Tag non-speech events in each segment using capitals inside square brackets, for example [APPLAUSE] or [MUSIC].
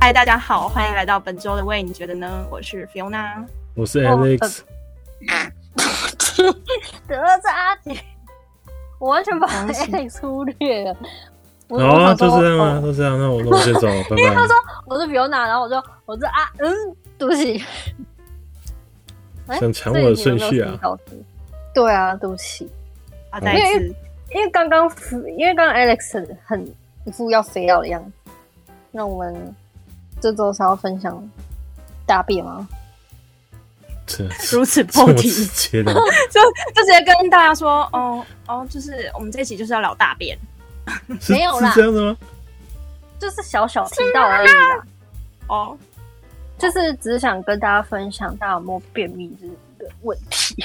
嗨，大家好，欢迎来到本周的喂，你觉得呢？我是 Fiona。我是哦 Alex，、得了这阿姐，我完全把没关系 Alex 忽略了。呃我然后啊我就想说这样啊，哦就这样，那我那我先走， [LAUGHS] 拜拜。我是 Fiona，然后我就我是啊，嗯，对不起。哎想抢我的顺序啊？这一集有没有自己搞错对啊，对不起，啊，再一次，因为刚刚因为刚刚 Alex 很很一副要飞要的样子。那我们这周是要分享大便吗？这 [LAUGHS] 如此这破么题，直接的，就 [LAUGHS] 就直接跟大家说，哦哦，就是我们这一集就是要聊大便，是没有啦是这样的吗？就是小小提到而已啦，哦，就是只想跟大家分享大家有没有便秘这个问题。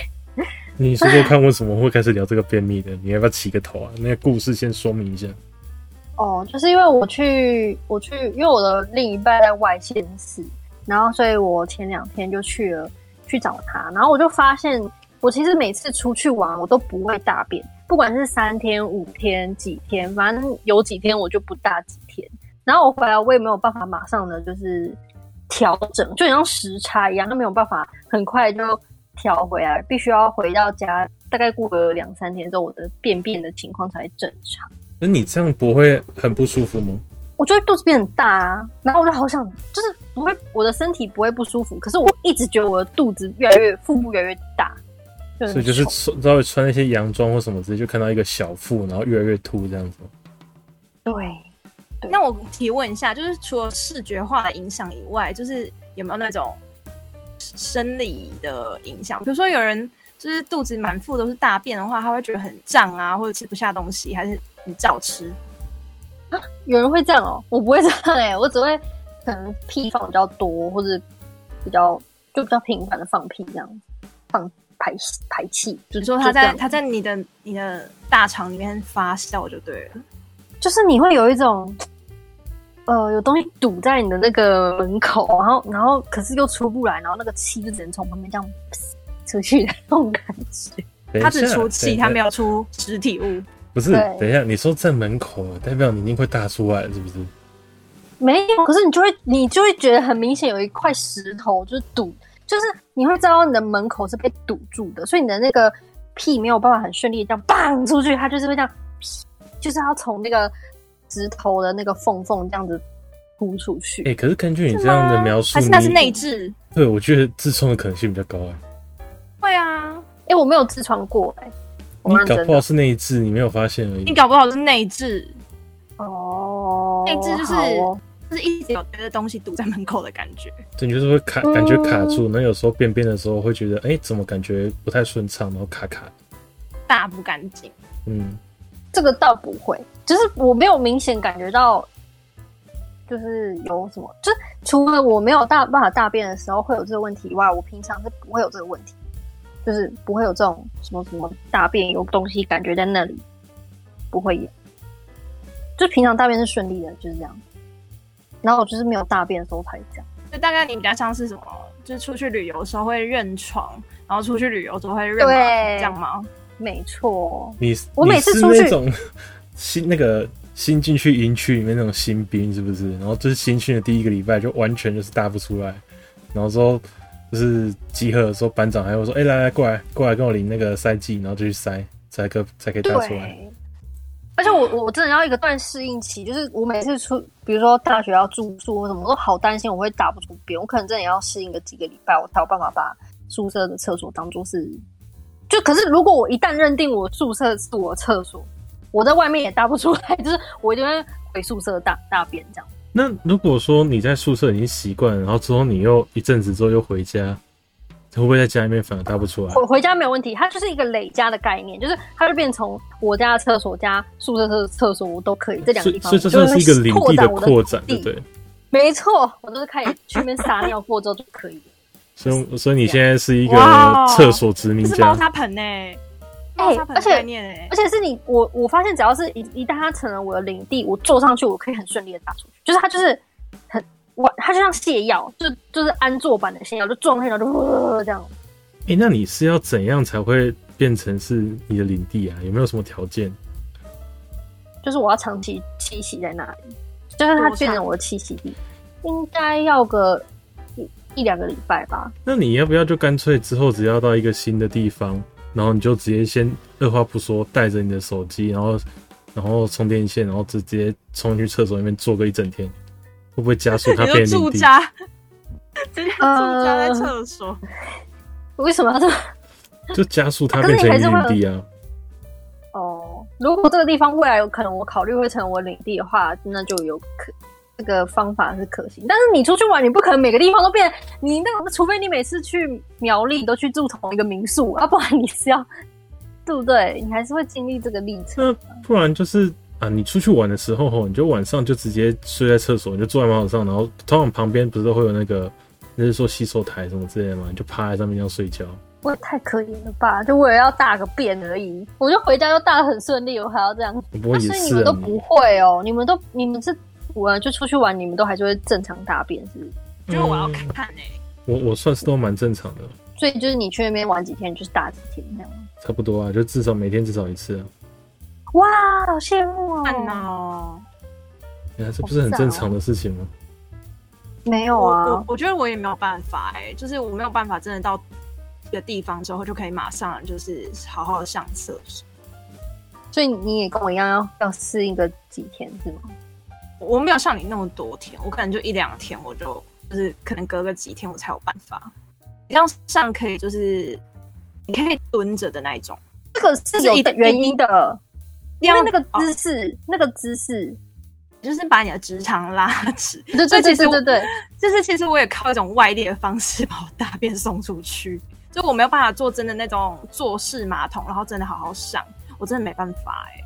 你说 [LAUGHS] 说看，为什么会开始聊这个便秘的？你要不要起个头啊？那个故事先说明一下。哦，就是因为我去，我去，因为我的另一半在外县市，然后所以我前两天就去了去找他，然后我就发现，我其实每次出去玩我都不会大便，不管是三天、五天、几天，反正有几天我就不大几天，然后我回来我也没有办法马上的就是调整，就很像时差一样，都没有办法很快就调回来，必须要回到家，大概过个两三天之后，我的便便的情况才正常。那你这样不会很不舒服吗？我就会肚子变很大啊，然后我就好想，就是不会，我的身体不会不舒服，可是我一直觉得我的肚子越来越，腹部越来越大，就很所以就是丑穿稍微穿一些洋装或什么，直接就看到一个小腹，然后越来越凸这样子。对，那我提问一下，就是除了视觉化的影响以外，就是有没有那种生理的影响？比如说有人就是肚子满腹都是大便的话，他会觉得很胀啊，或者吃不下东西，还是你照吃？有人会这样哦、我不会这样哎、我只会可能屁放比较多，或者比较就比较频繁的放屁这样，放排气排气，就你说就他这在样他在你的你的大肠里面发酵就对了。就是你会有一种，呃，有东西堵在你的那个门口，然后然后可是又出不来，然后那个气就只能从旁边这样 [LAUGHS] 噗出去的那种感觉。等一他下只出等气，一下他没有出实体物。不是，对等一下，你说在门口，啊代表你一定会大出来，是不是？没有，可是你就会你就会觉得很明显有一块石头就是堵，就是你会知道你的门口是被堵住的，所以你的那个屁没有办法很顺利地这样棒出去，它就是会这样，就是要从那个指头的那个缝缝这样子凸出去。哎、可是根据你这样的描述，还是那是你内痔？对我觉得痔疮的可能性比较高哎、会啊，哎、我没有痔疮过哎、我你认搞真不好的是那一次你没有发现而已你。搞不好是内痔，哦，内痔就是好哦就是一直有别的东西堵在门口的感觉。对，你就是会卡，嗯感觉卡住。那有时候便便的时候会觉得，哎、怎么感觉不太顺畅，然后卡卡。大不干净，嗯，这个倒不会，就是我没有明显感觉到，就是有什么，就是除了我没有大办法大便的时候会有这个问题以外，我平常是不会有这个问题，就是不会有这种什么什么大便有东西感觉在那里，不会有，就平常大便是顺利的，就是这样。然后我就是没有大便的时候才这样，就大概你比较像是什么？就是出去旅游的时候会认床，然后出去旅游的时候会认马对桶，这样吗？没错。你我每次你是出去那种 [LAUGHS] 新那个新进去营区里面那种新兵是不是？然后就是新训的第一个礼拜就完全就是大不出来，然后之后就是集合的时候，班长还会说，哎、来来过来过来跟我领那个塞剂，然后就去塞，才可才可以大出来。对，而且我我真的要一个段适应期，就是我每次出，比如说大学要住宿或什么，我都好担心我会打不出边，我可能真的要适应个几个礼拜，我才有办法把宿舍的厕所当做是。就可是如果我一旦认定我宿舍是我的厕所，我在外面也大不出来，就是我一定会回宿舍大大便这样。那如果说你在宿舍已经习惯了，然后之后你又一阵子之后又回家，会不会在家里面反而大不出来？我回家没有问题，它就是一个累加的概念，就是它就变从我家的厕所加宿舍厕厕所我都可以，这两所个地以，方所以这算是一个领地的的扩展，对不对？没错，我就是开始去那边撒尿过之后就可以了。所以，所以你现在是一个哇厕所殖民这是猫家，砂盆呢、猫砂盆的而且概念哎、而且是你，我我发现只要是一一旦它成了我的领地，我坐上去我可以很顺利的打出去，就是它就是很我它就像泻药，就就是安坐版的泻药，就撞上去然后就、呃、这样。诶，那你是要怎样才会变成是你的领地啊？有没有什么条件？就是我要长期栖息在那里，就是它变成我的栖息地。应该要个一一两个礼拜吧。那你要不要就干脆之后只要到一个新的地方，然后你就直接先二话不说带着你的手机，然后然后充电线，然后直接冲去厕所里面坐个一整天，会不会加速它你变就领驻地？扎， [LAUGHS] 直接驻扎在厕所。为什么要这么？ [LAUGHS] 就加速它可是变你成还领是会地啊？哦，如果这个地方未来有可能我考虑会成为领地的话，那就有可这个方法是可行。但是你出去玩，你不可能每个地方都变你那个，除非你每次去苗栗都去住同一个民宿，啊，不然你是要对不对？你还是会经历这个历程。那不然就是啊，你出去玩的时候吼，你就晚上就直接睡在厕所，你就坐在马桶上，然后通常旁边不是都会有那个，那是说洗手台什么之类的嘛，你就趴在上面这样睡觉。我也太可怜了吧！就为了要大个便而已，我就回家就大的很顺利，我还要这样。不过啊也所以你是们都啊，不会哦，你们都你们是我就出去玩，你们都还是会正常大便是不是？就是我要嗯看哎、我我算是都蛮正常的，所以就是你去那边玩几天，就是大几天这样。差不多啊，就至少每天至少一次啊，哇，好羡慕哦！看哦。哎呀这不是啊很正常的事情吗？没有我啊我，我觉得我也没有办法哎、就是我没有办法真的到一个地方之后就可以马上就是好好的上厕所。所以你也跟我一样要要适应个几天是吗？我没有像你那么多天，我可能就一两天，我就就是可能隔个几天我才有办法。你这样上可以就是你可以蹲着的那一种，这个是有一定原因的，因为那个哦姿势，那个姿势，就是把你的直肠拉直。对所对以对其实对我对对，就是其实我也靠一种外力的方式把我大便送出去，就我没有办法做真的那种坐式马桶，然后真的好好上，我真的没办法哎、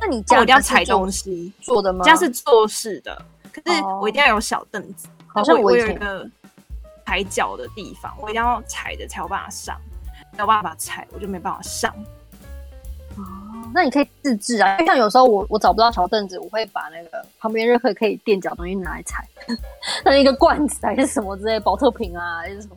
那你哦我家一定要是踩坐东西，坐的吗？家是坐式的，可是哦我一定要有小凳子，好像我我以有一前个踩脚的地方，我一定要踩着才有办法上，没有办法踩我就没办法上。那你可以自制啊，因为像有时候我我找不到小凳子，我会把那个旁边任何可以垫脚的东西拿来踩， [LAUGHS] 那一个罐子啊还是什么之类，保特瓶啊还是什么。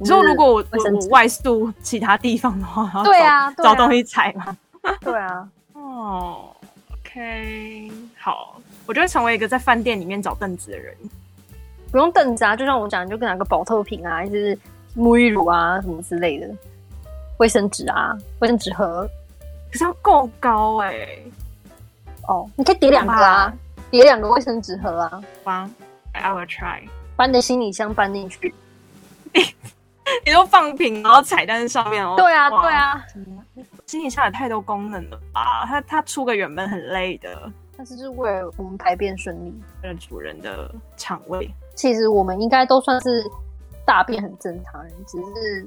你说如果我卫我嗯生我纸外宿其他地方的话，然后对找啊对啊找东西踩嘛。对啊，哦，OK，好，我就会成为一个在饭店里面找凳子的人。不用凳子啊，就像我讲，你就拿个保特瓶啊，还是沐浴乳啊什么之类的，卫生纸啊，卫生纸盒可是要够高哎、哦，你可以叠两个啊，叠两个卫生纸盒啊，方，I will try。 [LAUGHS] 把你的行李箱搬进去。你都放平，然后踩在上面哦。对啊，哇对，啊，行李箱也太多功能了吧？它它出个原本很累的但是就是为了我们排便顺利。为了主人的肠胃，其实我们应该都算是大便很正常人，只是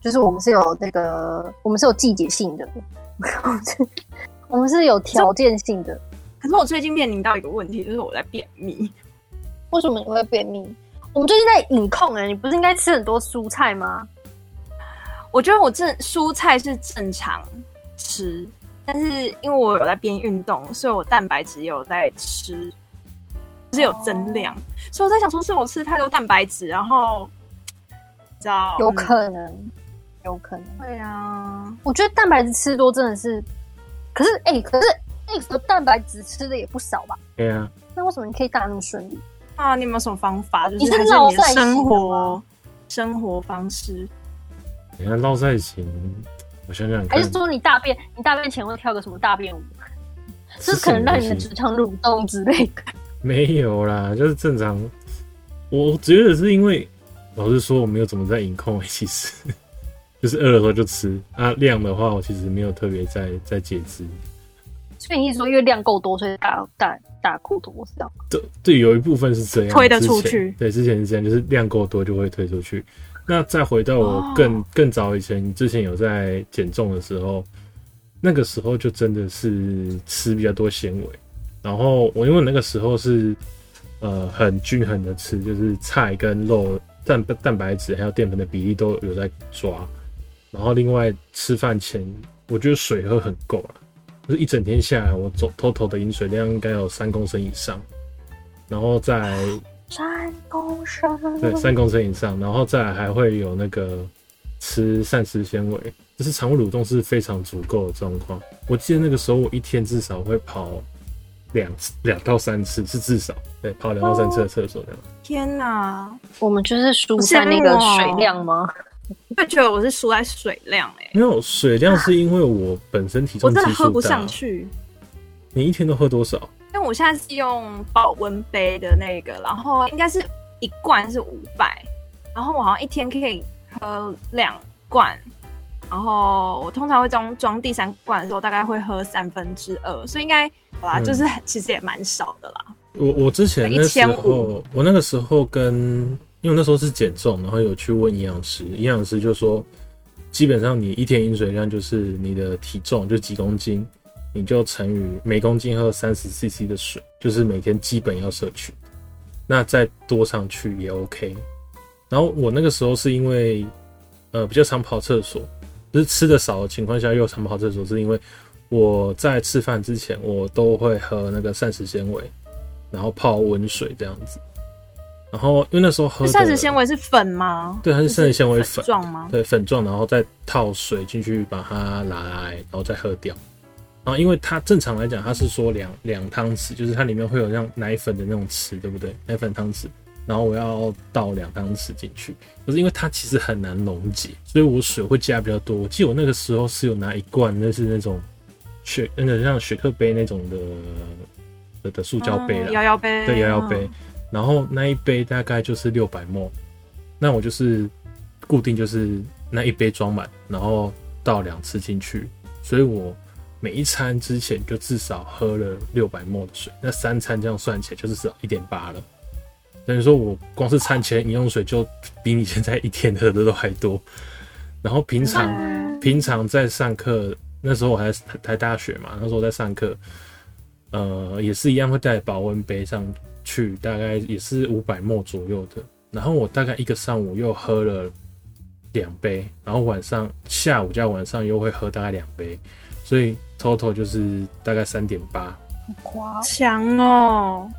就是我们是有那个，我们是有季节性的， [LAUGHS] 我们是我们是有条件性的。可是我最近面临到一个问题，就是我在便秘。为什么你会便秘？我们最近在饮控哎、你不是应该吃很多蔬菜吗？我觉得我正蔬菜是正常吃，但是因为我有在边运动，所以我蛋白质也有在吃，就是有增哦量。所以我在想，说是我吃太多蛋白质，然后你知道有能、可能，有可能。对啊，我觉得蛋白质吃多真的是，可是哎、可是 X 的蛋白质吃的也不少吧？对啊，那为什么你可以大那么顺利？啊，你有没有什么方法？就你是是还是老你的在型的生活吗生活方式？你看绕赛行，我想想还看是，说你大便，你大便前会跳个什么大便舞？这就是可能让你什么的东西职场蠕动之类 [LAUGHS] 的。没有啦，就是正常。我觉得是因为，老实说，我没有怎么在饮控，其实 [LAUGHS] 就是饿的时候就吃啊。量的话，我其实没有特别在在节制。所以你一直说因为量够多，所以大大大够多是这样吗？对对，有一部分是这样推得出之前去对，之前是这样，就是量够多就会推出去。那再回到我哦更、更早以前，之前有在减重的时候，那个时候就真的是吃比较多纤维。然后我因为那个时候是呃很均衡的吃，就是菜跟肉蛋蛋白质还有淀粉的比例都有在抓。然后另外吃饭前，我觉得水喝很够了、就是一整天下来，我总 total 的饮水量应该有三公升以上，然后再三公升，对三公升以上，然后再来还会有那个吃膳食纤维，就是肠胃蠕动是非常足够的状况。我记得那个时候我一天至少会跑两次两到三次是至少，对，跑两到三次的厕所这哦样。天哪，我们就是啊输在那个水量吗？你会觉得我是输在水量哎、没有水量是因为我本身体我重基真的喝数不大上。去。你一天都喝多少？因为我现在是用保温杯的那个，然后应该是一罐是五百，然后我好像一天可以喝两罐，然后我通常会装装第三罐的时候，大概会喝三分之二，所以应该好啦，嗯就是其实也蛮少的啦。我我之前那时候，我那个时候跟，因为我那时候是减重，然后有去问营养师，营养师就说，基本上你一天饮水量就是你的体重就几公斤，你就乘以每公斤喝三十 CC 的水，就是每天基本要摄取，那再多上去也 OK。然后我那个时候是因为，呃，比较常跑厕所，就是吃的少的情况下又常跑厕所，是因为我在吃饭之前我都会喝那个膳食纤维。然后泡温水这样子。然后因为那时候喝的膳食纤，维是粉吗？对，它是膳食纤维就是粉，状吗？对粉状，然后再套水进去把它拿来，然后再喝掉。然后因为它正常来讲，它是说两两汤匙，就是它里面会有像奶粉的那种匙，对不对？奶粉汤匙。然后我要倒两汤匙进去，可是因为它其实很难溶解，所以我水会加比较多。我记得我那个时候是有拿一罐，那是那种雪，那个像雪克杯那种的的的塑胶杯啦嗯，摇摇杯，对，摇摇嗯杯，，然后那一杯大概就是六百沫，那我就是固定就是那一杯装满，然后倒两次进去，所以我每一餐之前就至少喝了六百沫的水，那三餐这样算起来就至少一点八了。等于说我光是餐前饮用水就比你现在一天喝的都还多，然后平常嗯平常在上课，那时候我还还大学嘛，那时候在上课，呃，也是一样会带保温杯上去，大概也是五百沫左右的。然后我大概一个上午又喝了两杯，然后晚上下午加晚上又会喝大概两杯，所以 total 就是大概三点八。哇强哦，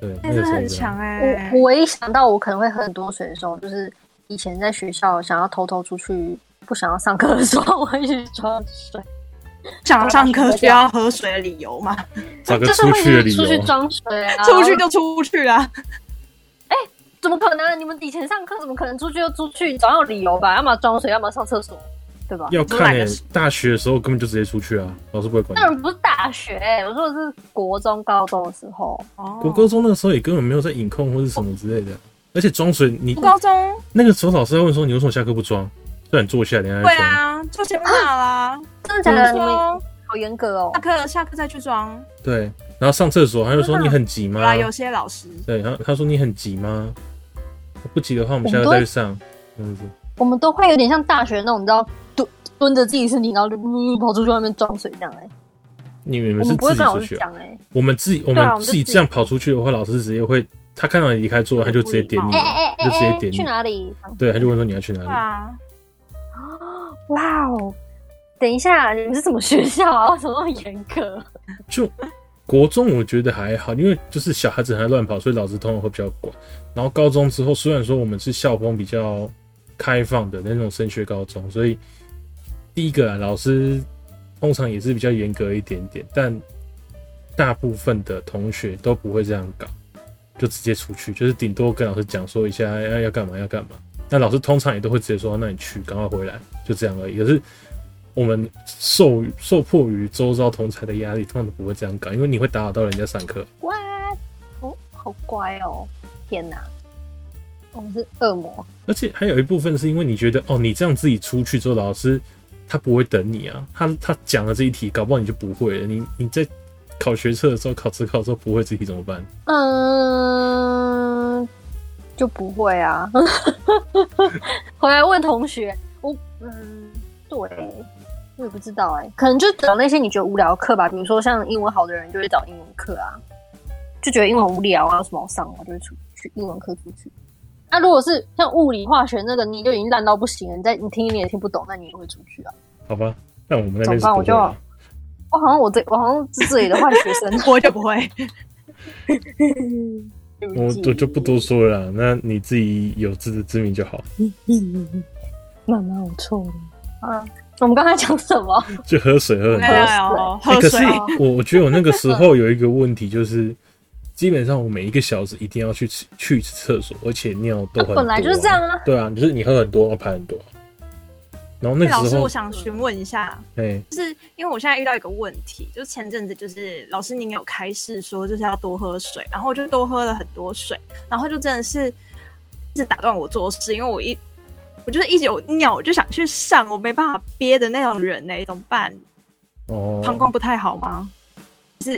对，那但个是时候很这样强哎、我我唯一想到我可能会喝很多水的时候，就是以前在学校想要偷偷出去不想要上课的时候，我 [LAUGHS] 会去装水，想上课需要喝水的理由嘛，找个就是出会去的理出去由。装水啊，出去就出去啦。怎么可能？你们以前上课怎么可能出去就出去？总要有理由吧？要么装水，要么上厕所，对吧？要都看懒得诶、洗大学的时候根本就直接出去啊，老师不会管你。当然不是大学、欸我说的是国中、高中的时候。哦国高中那个时候也根本没有在饮控或是什么之类的，而且装水你我高中那个时候老师还问说你为什么下课不装？虽然坐下，等一下会再装。啊，就先骂啦。真的假的？你们说好严格哦下！课下课再去装。对，然后上厕所他就嗯说你很急有吗啊啦，？有些老师对，然后他说你很急吗？不急的话，我们下课再去上。这样子，我们都会有点像大学那种，你知道，蹲蹲着自己身体，然后就呜跑出去外面装水这样哎、你你们我是们不自己会跟老出师去、啊？讲哎、我们自己我对们啊我们自就己自己这样跑出去的话，老师直接会他看到你离开座位，他就直接点你，哎哎哎就直接哎哎，嗯点去你。哪里？对，他就问说你要去对哪里？啊，，哇哦！等一下，你们是什么学校啊？ [LAUGHS] 为什么那么严格？ [LAUGHS] 就国中我觉得还好，因为就是小孩子还在乱跑，所以老师通常会比较管。然后高中之后，虽然说我们是校风比较开放的那种升学高中，所以第一个啊，老师通常也是比较严格一点点，但大部分的同学都不会这样搞，就直接出去，就是顶多跟老师讲说一下要要干嘛要干嘛。那老师通常也都会直接说，那你去，赶快回来，就这样而已。可是我们受受迫于周遭同才的压力，通常都不会这样搞，因为你会打扰到人家上课。哇，哦，好乖哦！天哪，我们是恶魔。而且还有一部分是因为你觉得哦，你这样自己出去之后，老师他不会等你啊，他他讲了这一题，搞不好你就不会了。你你在考学测的时候，考职考的时候不会这题怎么办？嗯，就不会啊。 [LAUGHS] 回来问同学，我嗯，对，我也不知道哎、可能就找那些你觉得无聊的课吧，比如说像英文好的人就会找英文课啊，就觉得英文无聊啊，有什么好上，我就会出去英文课出去。那如果是像物理、化学那个，你就已经烂到不行了，你再你听你也听不懂，那你也会出去啊。好吧，但我们那边是怎么办不我会就啊。我好像我这我好像是这里的坏学生我就不会。对 [LAUGHS] 我起我就不多说了啦，那你自己有自知之明就好。妈妈，我错了。嗯，我们刚才讲什么？就喝水喝很没多。有有欸喝可是水，哦我我觉得我那个时候有一个问题，就是基本上我每一个小时一定要去吃去厕所，而且尿都很多、本来就是这样。啊。对啊，就是你喝很多，然后排很多。啊然后那老个时师，候我，想询问一下，哎、就是因为我现在遇到一个问题，就是前阵子就是老师您有开示说就是要多喝水，然后我就多喝了很多水，然后就真的是一直打断我做事，因为我一我就是一有尿我就想去上，我没办法憋的那种人呢、怎么办？膀哦，胱不太好吗？因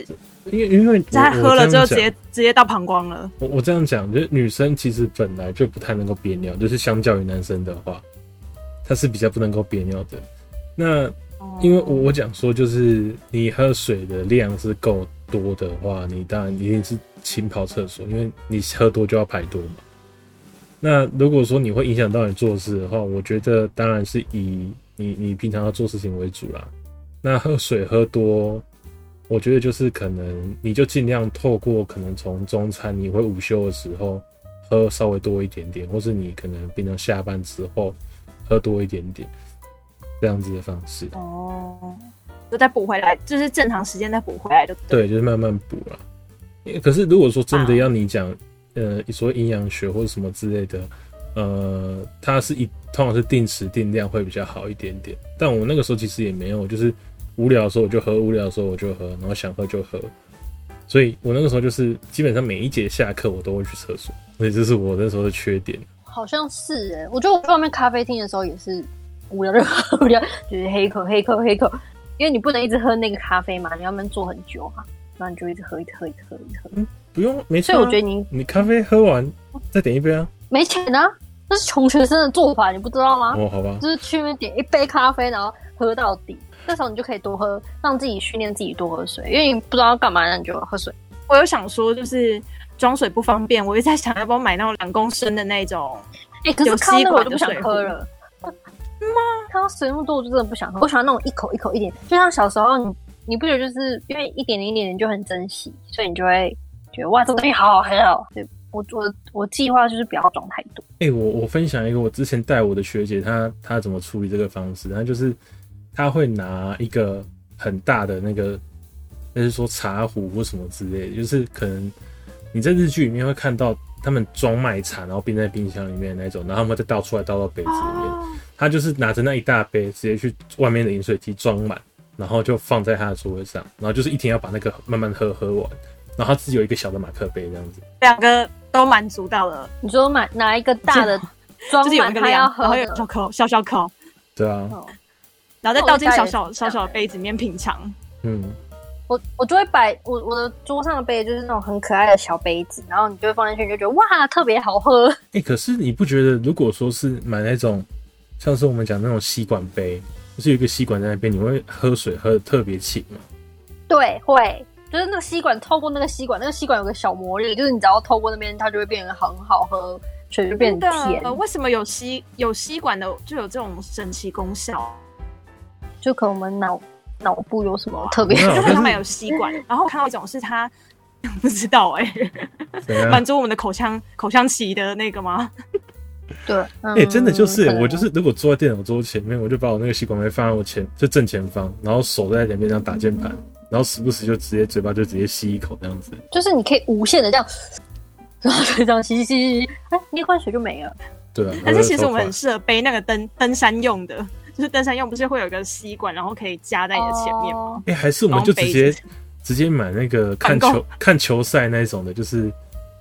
为因为我是他喝了之后直，接我这样讲直接到膀胱了？我我这样讲，就是女生其实本来就不太能够憋尿，就是相较于男生的话，她是比较不能够憋尿的。那因为我我讲说，就是你喝水的量是够多的话，你当然一定是勤跑厕所，因为你喝多就要排多嘛。那如果说你会影响到你做事的话，我觉得当然是以你你平常要做事情为主啦。那喝水喝多，我觉得就是可能你就尽量透过可能从中餐你会午休的时候喝稍微多一点点，或是你可能平常下班之后喝多一点点，这样子的方式。哦，就再补回来，就是正常时间再补回来就对。对，就是慢慢补啦。因为可是如果说啊真的要你讲，呃，所谓营养学或者什么之类的，呃，它是一通常是定时定量会比较好一点点。但我那个时候其实也没有，就是无聊的时候我就喝，无聊的时候我就喝，然后想喝就喝。所以我那个时候就是基本上每一节下课我都会去厕所，所以这是我那时候的缺点。好像是哎、我觉得我在外面咖啡厅的时候也是无聊就喝无聊， [LAUGHS] 就是黑一口黑一口黑一口，因为你不能一直喝那个咖啡嘛，你要闷坐很久啊，然后你就一直喝一直喝一直喝一直喝，不用，没错、所以我觉得你你咖啡喝完再点一杯啊。没钱啊，这是穷学生的做法，你不知道吗？哦，好吧，就是去那边点一杯咖啡，然后喝到底。那时候你就可以多喝，让自己训练自己多喝水，因为你不知道要干嘛，那你就喝水。我有想说，就是装水不方便，我一直在想要不要买那种两公升的那种。哎、可是有看到那吸个我管就的不想水喝壶了。 [LAUGHS] 妈，看到水那么多，我就真的不想喝。我喜欢那种一口一口一点，就像小时候你你不觉得就是因为一点点一点点就很珍惜，所以你就会觉得哇，这个东西好好喝哦。对我我我计划就是不要装太多。哎、我我分享一个我之前带我的学姐，她她怎么处理这个方式？她就是她会拿一个很大的那个，就是说茶壶或什么之类的，就是可能你在日剧里面会看到他们装麦茶，然后冰在冰箱里面的那种，然后他们再倒出来倒到杯子里哦面。她就是拿着那一大杯，直接去外面的饮水机装满，然后就放在她的座位上，然后就是一天要把那个慢慢喝喝完，然后她自己有一个小的马克杯这样子。两个都满足到了，你说买拿一个大 [LAUGHS] 的装就是有一满个它要量，然喝后有的小口小小口，对啊，哦然后再倒进小小那我家也是小小的杯子里面品尝。嗯。我我就会摆我我的桌上的杯子就是那种很可爱的小杯子，然后你就会放进去，你就觉得哇，特别好喝。哎、可是你不觉得，如果说是买那种，像是我们讲那种吸管杯，就是有一个吸管在那边，你会喝水喝的特别勤吗？对，会，就是那个吸管，透过那个吸管，那个吸管有个小魔力，就是你只要透过那边，它就会变得很好喝，水就变真得的呃甜，，为什么有吸有吸管的就有这种神奇功 [LAUGHS] 效？就可能我们脑脑部有什么特别没。有就可是是他们有吸管，然后我看到一种是它。 [LAUGHS] 不知道哎、怎样？满足我们的口腔口腔期的那个吗？对，嗯哎、真的就是可能我就是，如果坐在电脑桌前面，我就把我那个吸管杯放在我前就正前方，然后手在前面这样打键盘，然后时不时就直接嘴巴就直接吸一口这样子。就是你可以无限的这样，然后就这样吸吸吸吸，哎，那罐水就没了。对啊，但是其实喝得超我们很快适合背那个登登山用的，就是登山用不是会有一个吸管，然后可以夹在你的前面吗？哦哎、还是我们就直接装杯子直接买那个看团球看球赛那一种的，就是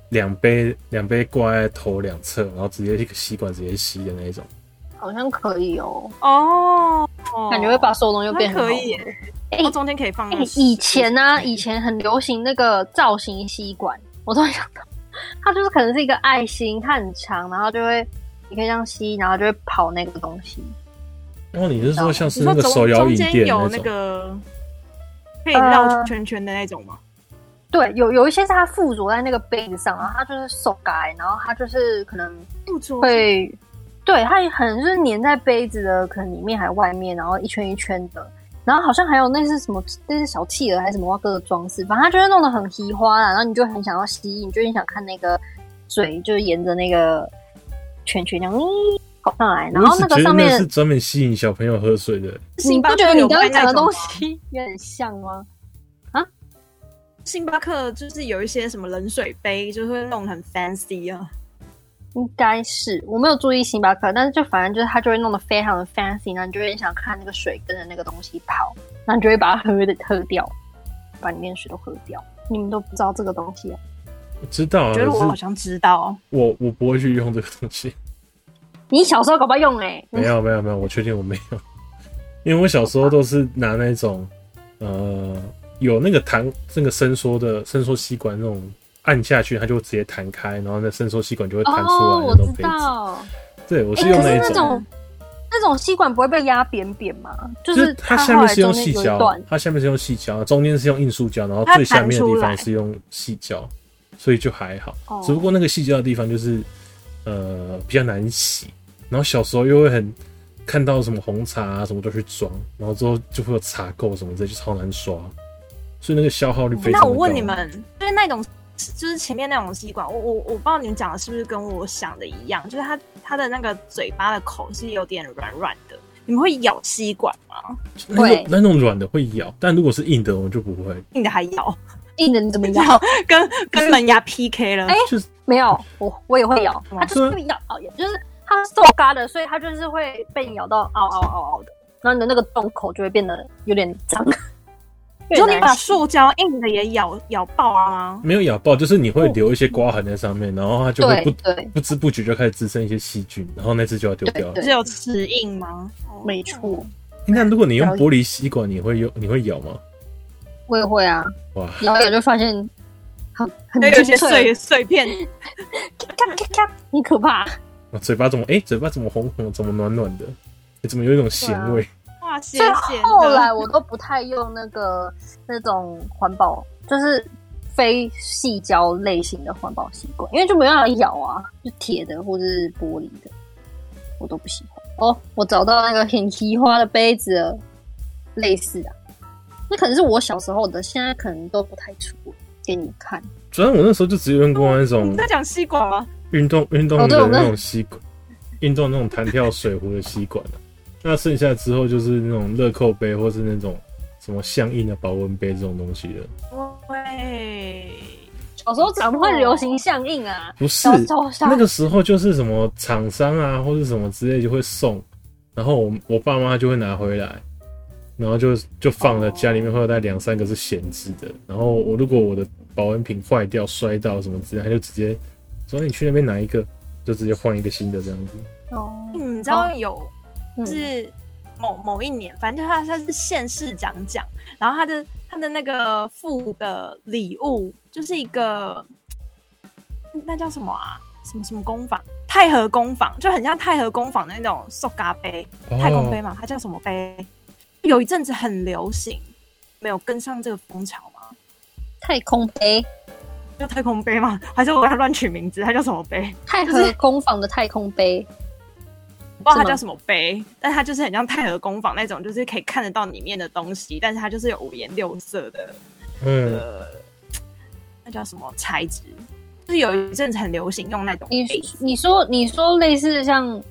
两杯两杯挂在头两侧，然后直接一个吸管直接吸的那一种。好像可以哦，哦，感觉会把所有东西都变得很好那可以喝。耶哎然后中间可以放哎、那个食物。以前呢、以前很流行那个造型吸管，我突然想到，它就是可能是一个爱心，它很长，然后就会你可以这样吸，然后就会跑那个东西。哦，你是说像是你说那个中手摇中饮间店有种？个可以绕呃圈圈的那种吗？对，有有一些是它附着在那个杯子上，然后它就是手改，然后它就是可能不桌会，对，它也很就是粘在杯子的可能里面还外面，然后一圈一圈的，然后好像还有那是什么，那是小企鹅还是什么各个装饰，反正它就是弄得很奇花啦，然后你就很想要吸引，你就很想看那个水，就是沿着那个圈圈这样，嗯，跑上来，然后我一直觉那个得上面是专门吸引小朋友喝水的，星你巴不克觉得你有刚刚卖那讲的种东吗西有点像吗？ [LAUGHS] 星巴克就是有一些什么冷水杯，就是会弄得很 fancy 啊。应该是我没有注意星巴克，但是就反正就是它就会弄得非常的 fancy，然后你就会想看那个水跟着那个东西跑，然后你就会把它喝的喝掉，把里面的水都喝掉。你们都不知道这个东西、啊，我知道啊，我可觉得我好是像知道，我我不会去用这个东西。你小时候搞不好用哎、没有没有没有，我确定我没有，因为我小时候都是拿那种呃有那个弹那个伸缩的伸缩吸管那种按下去，它就会直接弹开，然后那伸缩吸管就会弹出哦，来我那种知杯子。道，对，我哎、是用可是一那种那种吸管不会被压扁扁吗？就就是是它后下面来是用中细间有一胶段，，它下面是用细胶，中间是用硬塑胶，然后它最下面弹的地出方来是用细胶，所以就还好。哦只不过那个细胶的地方就是呃比较难洗，然后小时候又会很看到什么红茶啊什么都去装，然后之后就会有茶垢什么的，就超难刷，所以那个消耗率非常地那高。我问你们，就是那种就是前面那种吸管，我我我不知道你们讲的是不是跟我想的一样，就是它它的那个嘴巴的口是有点软软的，你们会咬吸管吗？那种对那种软的会咬，但如果是硬的我就不会，硬的还咬，硬的你怎么咬？咬跟跟门牙 PK 了。哎就是没有，我我也会咬，吗哎它就是会咬，就是它是瘦嘎的，所以它就是会被你咬到嗷嗷嗷嗷的，然后你的那个洞口就会变得有点脏。 [LAUGHS] 你说你把塑胶硬的也咬咬爆了吗？没有咬爆，就是你会留一些刮痕在上面，然后它 [LAUGHS] 就会对不对，不知不觉就开始滋生一些细菌，然后那只就要丢掉了对。只有齿印吗？哦没错，那如果你用了解玻璃吸管，你会用你会咬吗？我也会啊，哇，咬一咬就发现很很还有一些脆碎碎 [LAUGHS] 片，咔咔咔很可怕。我嘴巴怎么哎、嘴巴怎么红红，怎么暖暖的，诶怎么有一种啊咸味？哇，谢所以谢。后 [LAUGHS] 来我都不太用那个那种环保，就是非细胶类型的环保吸管，因为就没办法咬啊，就铁的或者是玻璃的，我都不喜欢。哦，我找到那个很奇花的杯子了，类似的，那可能是我小时候的，现在可能都不太出。给你们看，主要我那时候就只有用过那种你在讲吸管吗？运动运动啊哦对的我们那种吸管，运动那种弹跳水壶的吸管、啊那剩下之后就是那种乐扣杯或是那种什么相应的保温杯这种东西的，喂，小时候怎么会流行相应啊？不是小小小那个时候就是什么厂商啊或是什么之类就会送，然后我我爸妈就会拿回来，然后就就放了家里面会有大概两三个是闲置的，然后我如果我的保温瓶坏掉摔到什么之类，他就直接说你去那边拿一个，就直接换一个新的这样子。哦，你知道有嗯是某某一年，反正他他是县市长奖，然后他的他的那个副的礼物就是一个那叫什么啊？什么什么工坊？太和工坊就很像太和工坊的那种塑嘎杯，太空杯哦，嘛，它叫什么杯？有一阵子很流行，没有跟上这个风潮吗？太空杯，叫太空杯吗？还是我给它乱取名字？它叫什么杯？太和工坊的太空杯，我不知道是它吗叫什么杯，但它就是很像太和工坊那种，就是可以看得到里面的东西，但是它就是有五颜六色的，嗯，呃，那叫什么材质？就是有一阵子很流行用那种你杯子，你说你说类似像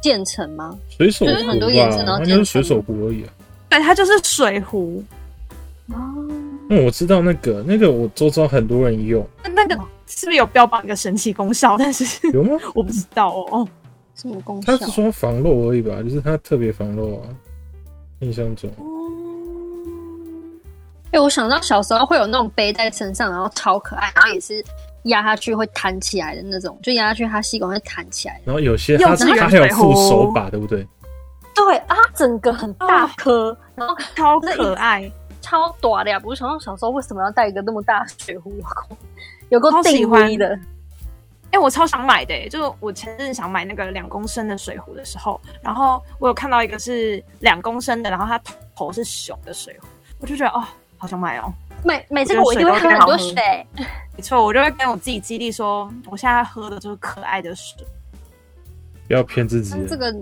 建成吗？水手就是很壶多颜色然吧，后它就是建水成手壶而已啊。对，它就是水壶，哦，嗯，我知道那个那个我周遭很多人用，那那嗯个是不是有标榜一个神奇功效？但是 [LAUGHS] 有吗？我不知道哦。哦什么功他效？是说防漏而已吧，就是它特别防漏啊，印象中。哎、我想到小时候会有那种背在身上，然后超可爱，然后也是压下去会弹起来的那种，就压下去它吸管会弹起来的。然后有些它幼稚园它还有水附壶手把，对不对？对啊，它整个很大颗，然后超可爱，哦超短的呀！不是想到小时候为什么要带一个那么大的水壶，有够超喜定欢位的。哎、我超想买的、欸，就我前阵子想买那个两公升的水壶的时候，然后我有看到一个是两公升的，然后它头是熊的水壶，我就觉得哦，好想买哦。每每次我一定会喝很多水，没错，我就会跟我自己激励说，我现在喝的就是可爱的水。不要骗自己但是。这个，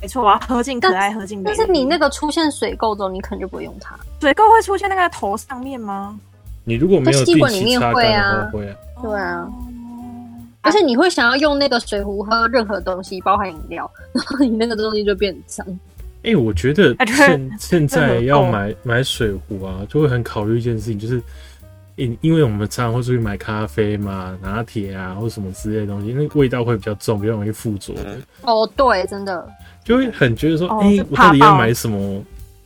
没错，我要喝进可爱，喝进美但丽。是你那个出现水垢之后，你可能就不会用它。水垢会出现那个头上面吗？你如果没有定期擦干的在吸管里面话，会会啊。对啊哦，而且你会想要用那个水壶喝任何东西，包含饮料，然后你那个东西就变脏。哎、我 [LAUGHS] 觉得啊对现现在要真的很买买水壶啊，就会很考虑一件事情，就是因因为我们常常会出去买咖啡嘛、拿铁啊或什么之类的东西，那个味道会比较重，比较容易附着，哦，对，真的，就会很觉得说，哦哎、就我怕到底要爆买什么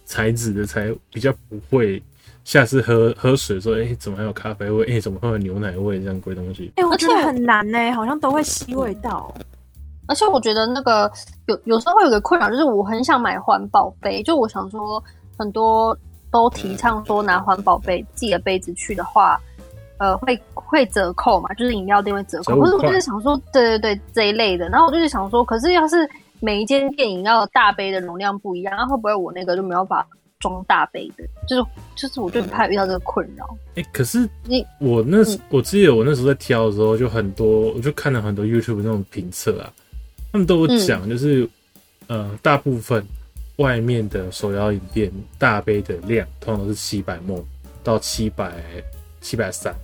材质的才比较不会下次喝喝水说，哎、怎么还有咖啡味？哎、怎么会有牛奶味这样鬼东西？哎、我而觉且得很难呢、好像都会吸味道。而且我觉得那个有有时候会有个困扰，就是我很想买环保杯，就我想说很多都嗯提倡说拿环保杯自己的杯子去的话，呃，会会折扣嘛，就是饮料店会折折扣。五可是我块就是想说，对对对这一类的，然后我就是想说，可是要是每一间店饮料的大杯的容量不一样，那会不会我那个就没有办法装大杯的？就是就是我就很怕遇到这个困扰。哎、可是你我那时我记得我那时候在挑的时候，就很多我就看了很多 YouTube 那种评测啊，他们都有讲，就是、呃，大部分外面的手摇饮店大杯的量通常都是七百沫到七百七百三，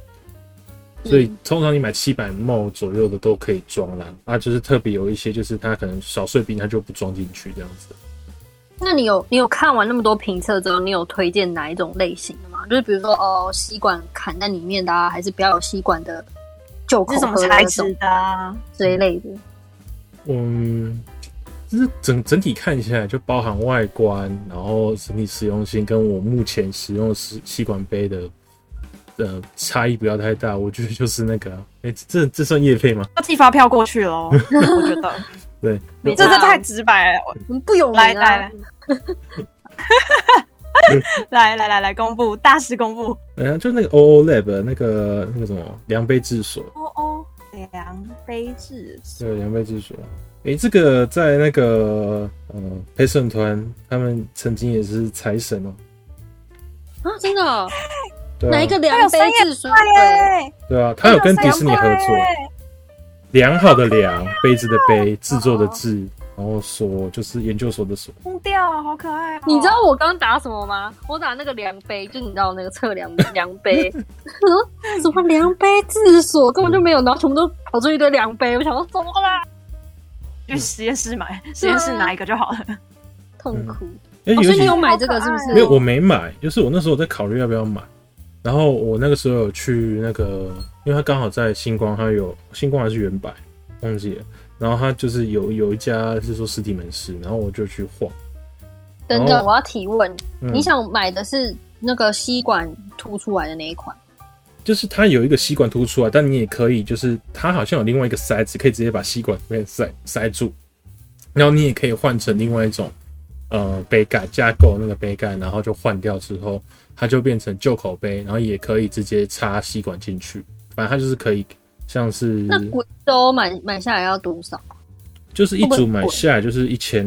所以通常你买七百沫左右的都可以装啦。啊，就是特别有一些就是它可能小碎冰它就不装进去这样子。那你有你有看完那么多评测之后，你有推荐哪一种类型的吗？就是比如说哦，吸管砍在里面的啊，还是不要有吸管的，就口是什么喝的材那质种的、啊？这一类的。嗯，就是整整体看起来就包含外观，然后整体实用性跟我目前使用的吸吸管杯的呃差异不要太大。我觉得就是那个啊， [LAUGHS] 哎、这这算业配吗？要寄发票过去喽，我觉 [LAUGHS] 得对，没这差这太直白了。我我们不有名来来啊来，来来来来，公布大师公布。然后就那个 O O Lab 那个那个什么量杯制所，哦哦，梁飞智对，量杯制所。哎、这个在那个呃陪审团，他们曾经也是财神哦、啊，真的哦、对啊哪一个还有量杯三叶制水对，对，对啊，他有跟迪士尼合作。良好的良，杯子的杯，制作的制，然后所就是研究所的所。疯掉，好可爱、哦。你知道我刚打什么吗？我打那个量杯，就你知道那个 [LAUGHS] 测量量杯，然后什么量杯制所根本就没有，然后全部都跑出一堆量杯，我想说怎么啦，去实验室买，实验室拿一个就好了。痛苦。哎、哦，尤所以其你有买这个是不是？没有我没买，就是我那时候在考虑要不要买。然后我那个时候有去那个，因为他刚好在星光，他有星光还是原版，忘记了。然后他就是有有一家是说实体门市，然后我就去晃。等然等，后我要提问，嗯你想买的是那个吸管凸出来的那一款？嗯就是它有一个吸管凸出啊来，但你也可以，就是它好像有另外一个塞子，可以直接把吸管里面塞塞住，然后你也可以换成另外一种呃杯盖架构那个杯盖，然后就换掉之后，它就变成旧口杯，然后也可以直接插吸管进去，反正它就是可以像是那贵州买买下来要多少？就是一会不会组买贵下来就是一千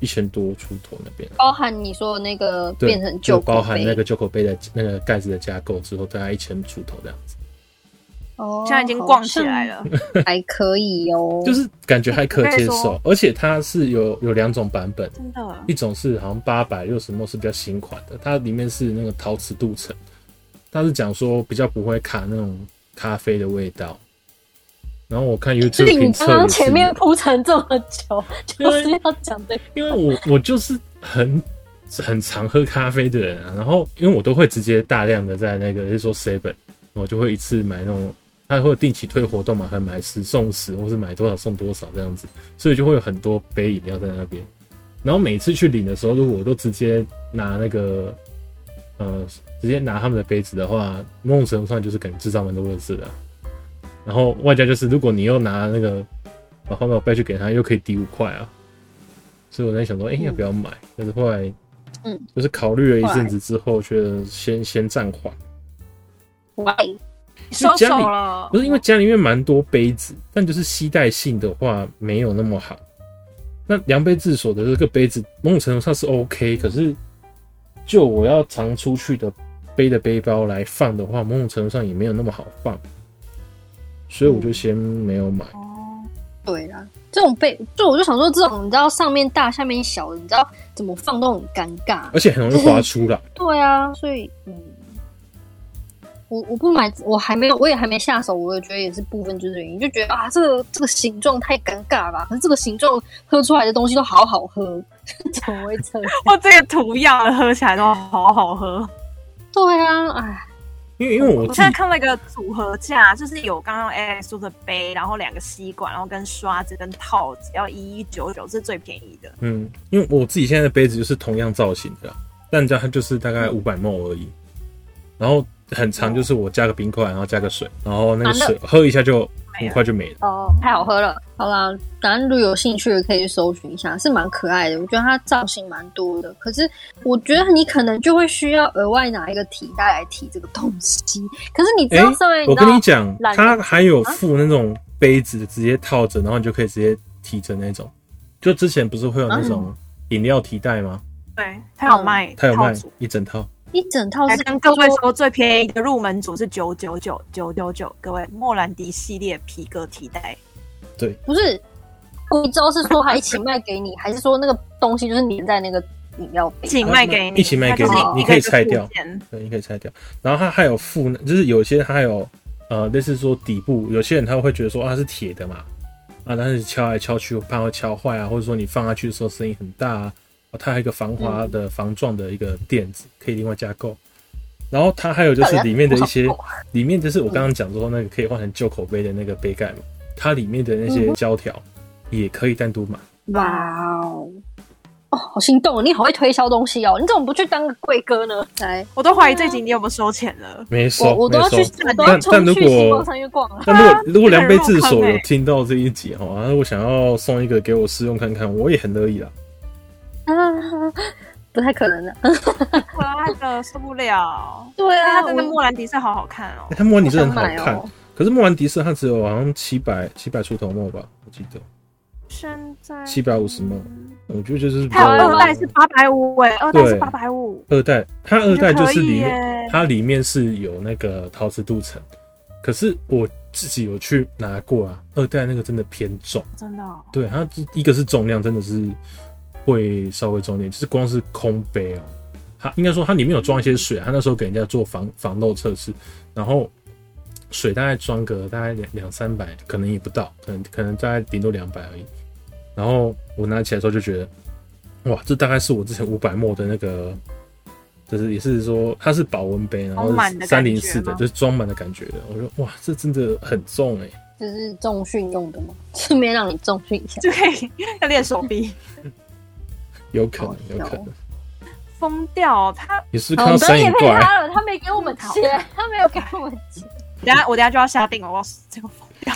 一千多出头那边。包含你说的那个对，变成就旧包口含碑那个旧口杯的那个盖子的架构之后，大概一千出头这样子，哦，现在已经逛起来了，了，还可以哦。就是感觉还可我跟接你说受，而且它是有有两种版本，真的。一种是好像八百六十墨是比较新款的，它里面是那个陶瓷镀层，它是讲说比较不会卡那种咖啡的味道。然后我看所 YouTube 以评你测刚也是刚前面铺陈这么久，就是要讲这个。因为我我就是很很常喝咖啡的人啊，然后因为我都会直接大量的在那个就是说 seven，我就会一次买那种，他会定期推活动嘛，还买十送十，或是买多少送多少这样子，所以就会有很多杯饮料在那边。然后每次去领的时候，如果我都直接拿那个呃直接拿他们的杯子的话，某种程度上就是可能制造蛮多乐事的啊。然后外加就是，如果你又拿那个把环保杯去给他，又可以抵五块啊。所以我在想说，哎、要不要买？但是后来，嗯，就是考虑了一阵子之后，觉得先先暂缓。喂，收手了不，是因为家里面蛮多杯子，但就是吸带性的话没有那么好。那量杯制所的这个杯子，某种程度上是 OK，可是就我要常出去的背的背包来放的话，某种程度上也没有那么好放，所以我就先没有买。哦对啦，这种被就我就想说，这种你知道上面大下面小的，你知道怎么放都很尴尬。而且很容易滑出啦。对啊，所以嗯，我我不买，我还没有，我也还没下手，我也觉得也是部分就是原因，就觉得啊，这个这个形状太尴尬了吧，可是这个形状喝出来的东西都好好喝， [LAUGHS] 怎么会这样？哇，这个图样的喝起来都好好喝。对啊，哎，因为因为我我自现在己看到一个组合架，就是有刚刚 Alex 说的杯，然后两个吸管，然后跟刷子跟套子，要一一九九是最便宜的。嗯，因为我自己现在的杯子就是同样造型的啊，但它就是大嗯概五百 ml 而已，然后很长，就是我加个冰块，然后加个水，然后那个啊那水喝一下就很快就没了。哦，太好喝了。好啦，反正如果有兴趣的可以去搜寻一下，是蛮可爱的。我觉得它造型蛮多的，可是我觉得你可能就会需要额外拿一个提袋来提这个东西。可是你知道诶上面你我知道跟你讲，懒人它还有附那种杯子，直接套着，然后你就可以直接提着那种。就之前不是会有那种嗯饮料提袋吗？对，它有卖它有套卖组。一整套。一整套来是跟各位说，最便宜的入门组是九九九九九九，各位莫兰迪系列皮革提袋，不是？贵州是说还一起卖给你，还是说那个东西就是粘在那个饮料杯？请卖给你，啊一起卖给你它就是你一个可以一个拆掉附件对，你可以拆掉。然后它还有附，就是有些它还有呃，类似说底部，有些人他会觉得说啊它是铁的嘛，啊，但是敲来敲去怕会敲坏啊，或者说你放下去的时候声音很大啊。哦它还有一个防滑的、防撞的一个垫子，可以另外加购。然后它还有就是里面的一些到底要多少，里面就是我刚刚讲说那个可以换成旧口碑的那个杯盖嘛，它里面的那嗯些胶条也可以单独买。啊哇哦！哦，好心动！你好会推销东西哦，你怎么不去当个贵哥呢？来，我都怀疑这集你有没有收钱了。没我收，我都没要收去。，我都要但但冲如去星光果三月逛啊 [LAUGHS] 了。但如这个果如果人梁杯入自坑首欸有听到这一集哈，啊，我想要送一个给我试用看看，我也很乐意啦。啊，不太可能啊的。可爱的受不 [LAUGHS] 了，对但啊，它真的我莫兰迪是好好看哦欸、。它莫兰迪是很好我想看，买哦可是莫兰迪是它只有好像七百七百出头墨吧，我记得现在七百五十墨，我觉得就是比还有较二代是八百五哎，二代是对八百五，二代，它二代就是里我觉得可以面耶它里面是有那个陶瓷镀层，可是我自己有去拿过啊，二代那个真的偏重。真的哦、对，它这一个是重量，真的是会稍微重一点，就是光是空杯哦，它应该说它里面有装一些水，它那时候给人家做防防漏测试，然后水大概装个大概两两三百，可能也不到，可能可能大概顶多两百而已。然后我拿起来的时候就觉得，哇，这大概是我之前五百沫的那个。就是也是说它是保温杯，然后装满的三感觉零四的，吗就是装满的感觉的。我说哇，这真的很重哎、就是重训用的嘛，顺便让你重训一下。就可以 [LAUGHS] 要练手臂，有可哦能有好，可笑能。疯掉、哦他你是不是看到好，我们不要三夜眼哦配怪？他了，他没给我们钱，他没有给我们 [LAUGHS] 钱。等一下我等一下就要下定了，我要这个疯掉，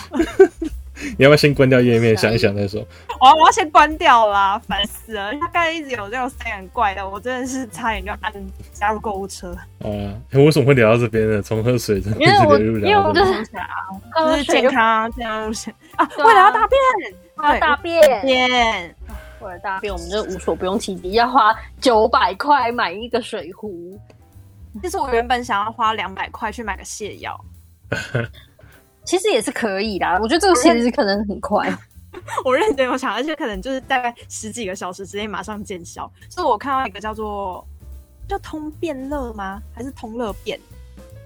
你要不要先关掉页面，想一想再说？我哦要我要先关掉啦，烦死了！他刚才一直有这种三眼怪的，我真的是差点就按加入购物车，好啊，为什么会聊到这边呢？从喝水真的因为我一直因为聊到我这就边是是不是啊？喝就是哦水健就康健康路线啊，对啊为了要大便，怕大便，便，为了大便，我们就无所不用其极，要花九百块买一个水壶。其实我原本想要花两百块去买个泻药，其实也是可以啦，我觉得这个其实可能很快，我认真有想，而且可能就是大概十几个小时之内马上见效。所以我看到一个叫做叫通便乐吗？还是通乐便？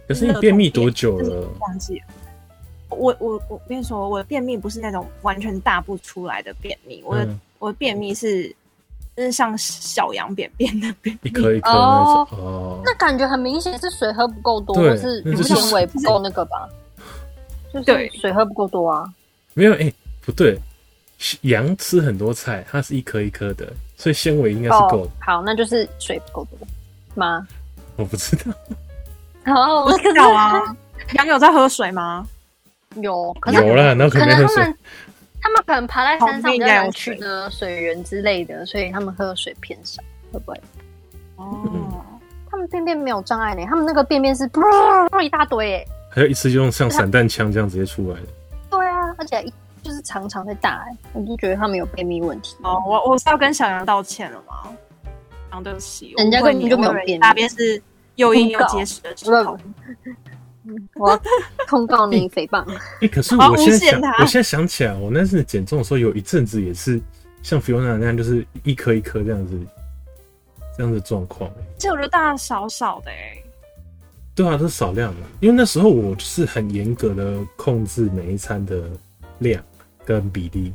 可是你便秘多久了？忘记了。我我我跟你说，我的便秘不是那种完全大不出来的便秘，我的、嗯我的便秘是就是像小羊便便的便一秘，颗一颗那种哦， [LAUGHS] 那感觉很明显是水喝不够多，对或是那鱼就是纤维不够那个吧？就是对水喝不够多啊。没有哎，不对，羊吃很多菜，它是一颗一颗的，所以纤维应该是够哦的。，好，那就是水不够多吗？我不知道，好，不我知道啊。羊有在喝水吗？ [LAUGHS] 有，可是有啊啦，那可没能喝他水。们他们可能爬在山旁上比较边应该有难取水得水源之类的，所以他们喝的水偏少，会不会？哦，嗯他们便便没有障碍呢，他们那个便便是噗一大堆耶。还有一次就用像散弹枪这样直接出来 [LAUGHS] 的，对啊，而且一就是常常在大哎，我就觉得他们有便秘问题。哦，我我是要跟小羊道歉了吗？羊对不起，人家我误会根本你就没有我以为便秘大便是又硬又结实的石头。我要控 [LAUGHS] 告你诽谤，哎，可是好我现在诬陷想，啊他我现在想起来，我那次减重的时候有一阵子也是像 Fiona 那样，就是一颗一颗这样子，这样的状况。这我觉得大大小小的哎、对啊，都是少量嘛。因为那时候我是很严格的控制每一餐的量跟比例，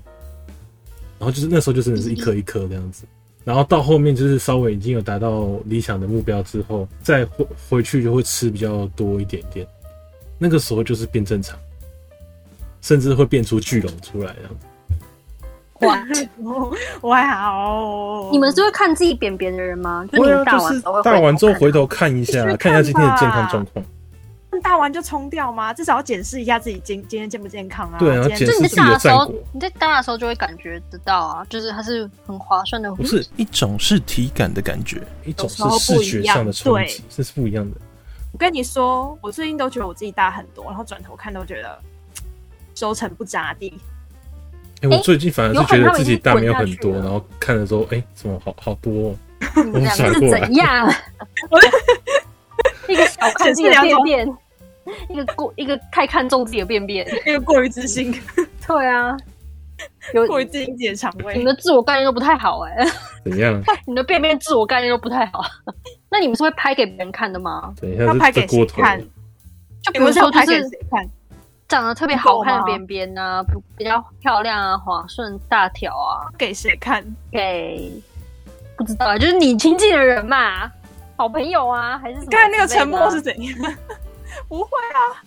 然后就是那时候就真的是一颗一颗这样子。然后到后面就是稍微已经有达到理想的目标之后，再回回去就会吃比较多一点点。那个时候就是变正常，甚至会变出巨龙出来这样子。哇， [LAUGHS] 哦我我还好。你们是会看自己扁扁的人吗？就对是啊，你大就是完之后会大完之后看回头看一下，去看一下今天的健看康吧状况。大完就冲掉吗？至少要检视一下自己今今天健不健康啊？对啊今天检就视你自在己大的的时战候果，你在大的时候就会感觉得到啊，就是它是很划算的。不是一种是体感的感觉，嗯一种是视觉上的冲击，这是不一样的。我跟你说，我最近都觉得我自己大很多，然后转头看都觉得嘖收成不咋地。 [LAUGHS] 哎、我最近反而有是觉很得让自你己大没有很多，滚下然去了后看的时候，哎、怎么好好多、哦？ [LAUGHS] 你们我两个闪是过来 [LAUGHS] 怎样？一个小看自己的便便，一个过一个太看重自己的便 [LAUGHS] 便。因为过于自信，对啊，[LAUGHS] 有过于自信自己的肠你胃。们的自我概念都不太好哎、怎样？你的便便自我概念都不太好。 [LAUGHS] 那你们是会拍给别人看的吗？等一他下拍是给这锅谁头，看？就你比如们说要就拍给是谁看？长得特别好看的边边啊，比比较漂亮啊，滑顺大条啊，给谁看？给不知道啊，就是你亲近的人嘛，好朋友啊，还是什么之类的刚啊？才那个沉默是怎样？ [LAUGHS] 不会啊，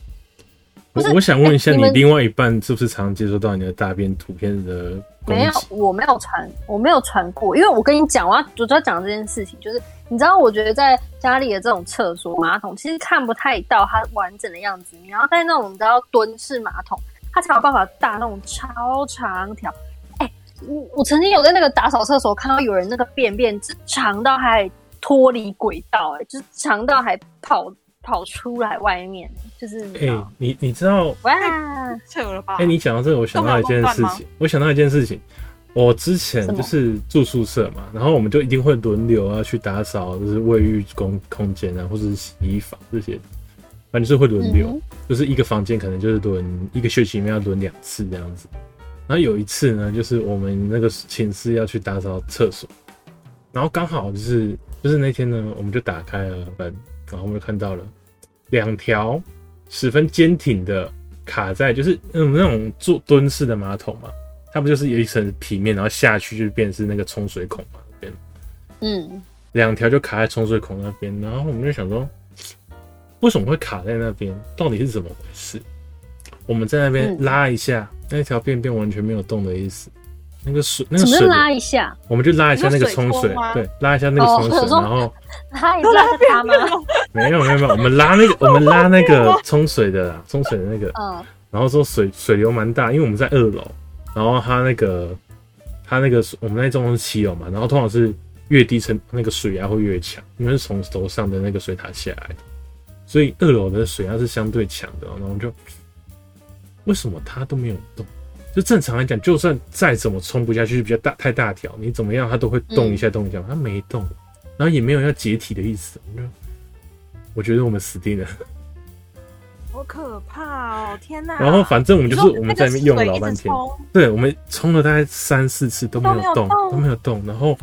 我 [LAUGHS] 不是我想问一下，哎你你们另外一半是不是常接收到你的大便图片的攻没有击？，我没有传，我没有传过，因为我跟你讲，我要我就要讲这件事情，就是你知道，我觉得在家里的这种厕所马桶，其实看不太到它完整的样子，你要在那种你知道蹲式马桶，它才有办法大那种超长条。哎、我我曾经有在那个打扫厕所看到有人那个便便是长到还脱离轨道、哎，就是长到还跑跑出来外面，就是你哎、知道你你知道？哇，扯了吧？哎、你讲到这个，我想到一件事都没有乱情，我想到一件事情。我之前什就么是住宿舍嘛，然后我们就一定会轮流啊去打扫，就是卫浴空空间啊，或者是洗衣房这些，反正就是会轮流。嗯就是一个房间可能就是轮一个学期里面要轮两次这样子。然后有一次呢，就是我们那个寝室要去打扫厕所，然后刚好就是就是那天呢，我们就打开了门，然后我们就看到了两条十分坚挺的卡在就是嗯那种坐蹲式的马桶嘛，它不就是有一层皮面，然后下去就变成是那个冲水孔嘛那边。嗯，两条就卡在冲水孔那边，然后我们就想说，为什么会卡在那边？到底是怎么回事？我们在那边嗯拉一下，那条便便完全没有动的意思。那个水，那个怎么水就流，拉一下？我们就拉一下那个冲你说水水冲，吗对，拉一下那个哦冲水， [LAUGHS] 我说然后拉一下是他吗？没有没有没有，我们拉那个我们拉那个冲水的啦，冲水的那个，嗯。然后说水水流蛮大，因为我们在二楼，然后它那个它那个水我们那栋是七楼嘛，然后通常是越低层那个水压会越强，因为是从楼上的那个水塔下来的，所以二楼的水压是相对强的。然后我就为什么它都没有动？就正常来讲，就算再怎么冲不下去，比较大太大条，你怎么样它都会动一下动一下，它没动，然后也没有要解体的意思。我就我觉得我们死定了。 [LAUGHS] 啊好可怕哦！天哪！然后反正我们就是你说我们在那边用了老半那个天水一直冲对，我们冲了大概三四次都没有动，都都没没有动。然后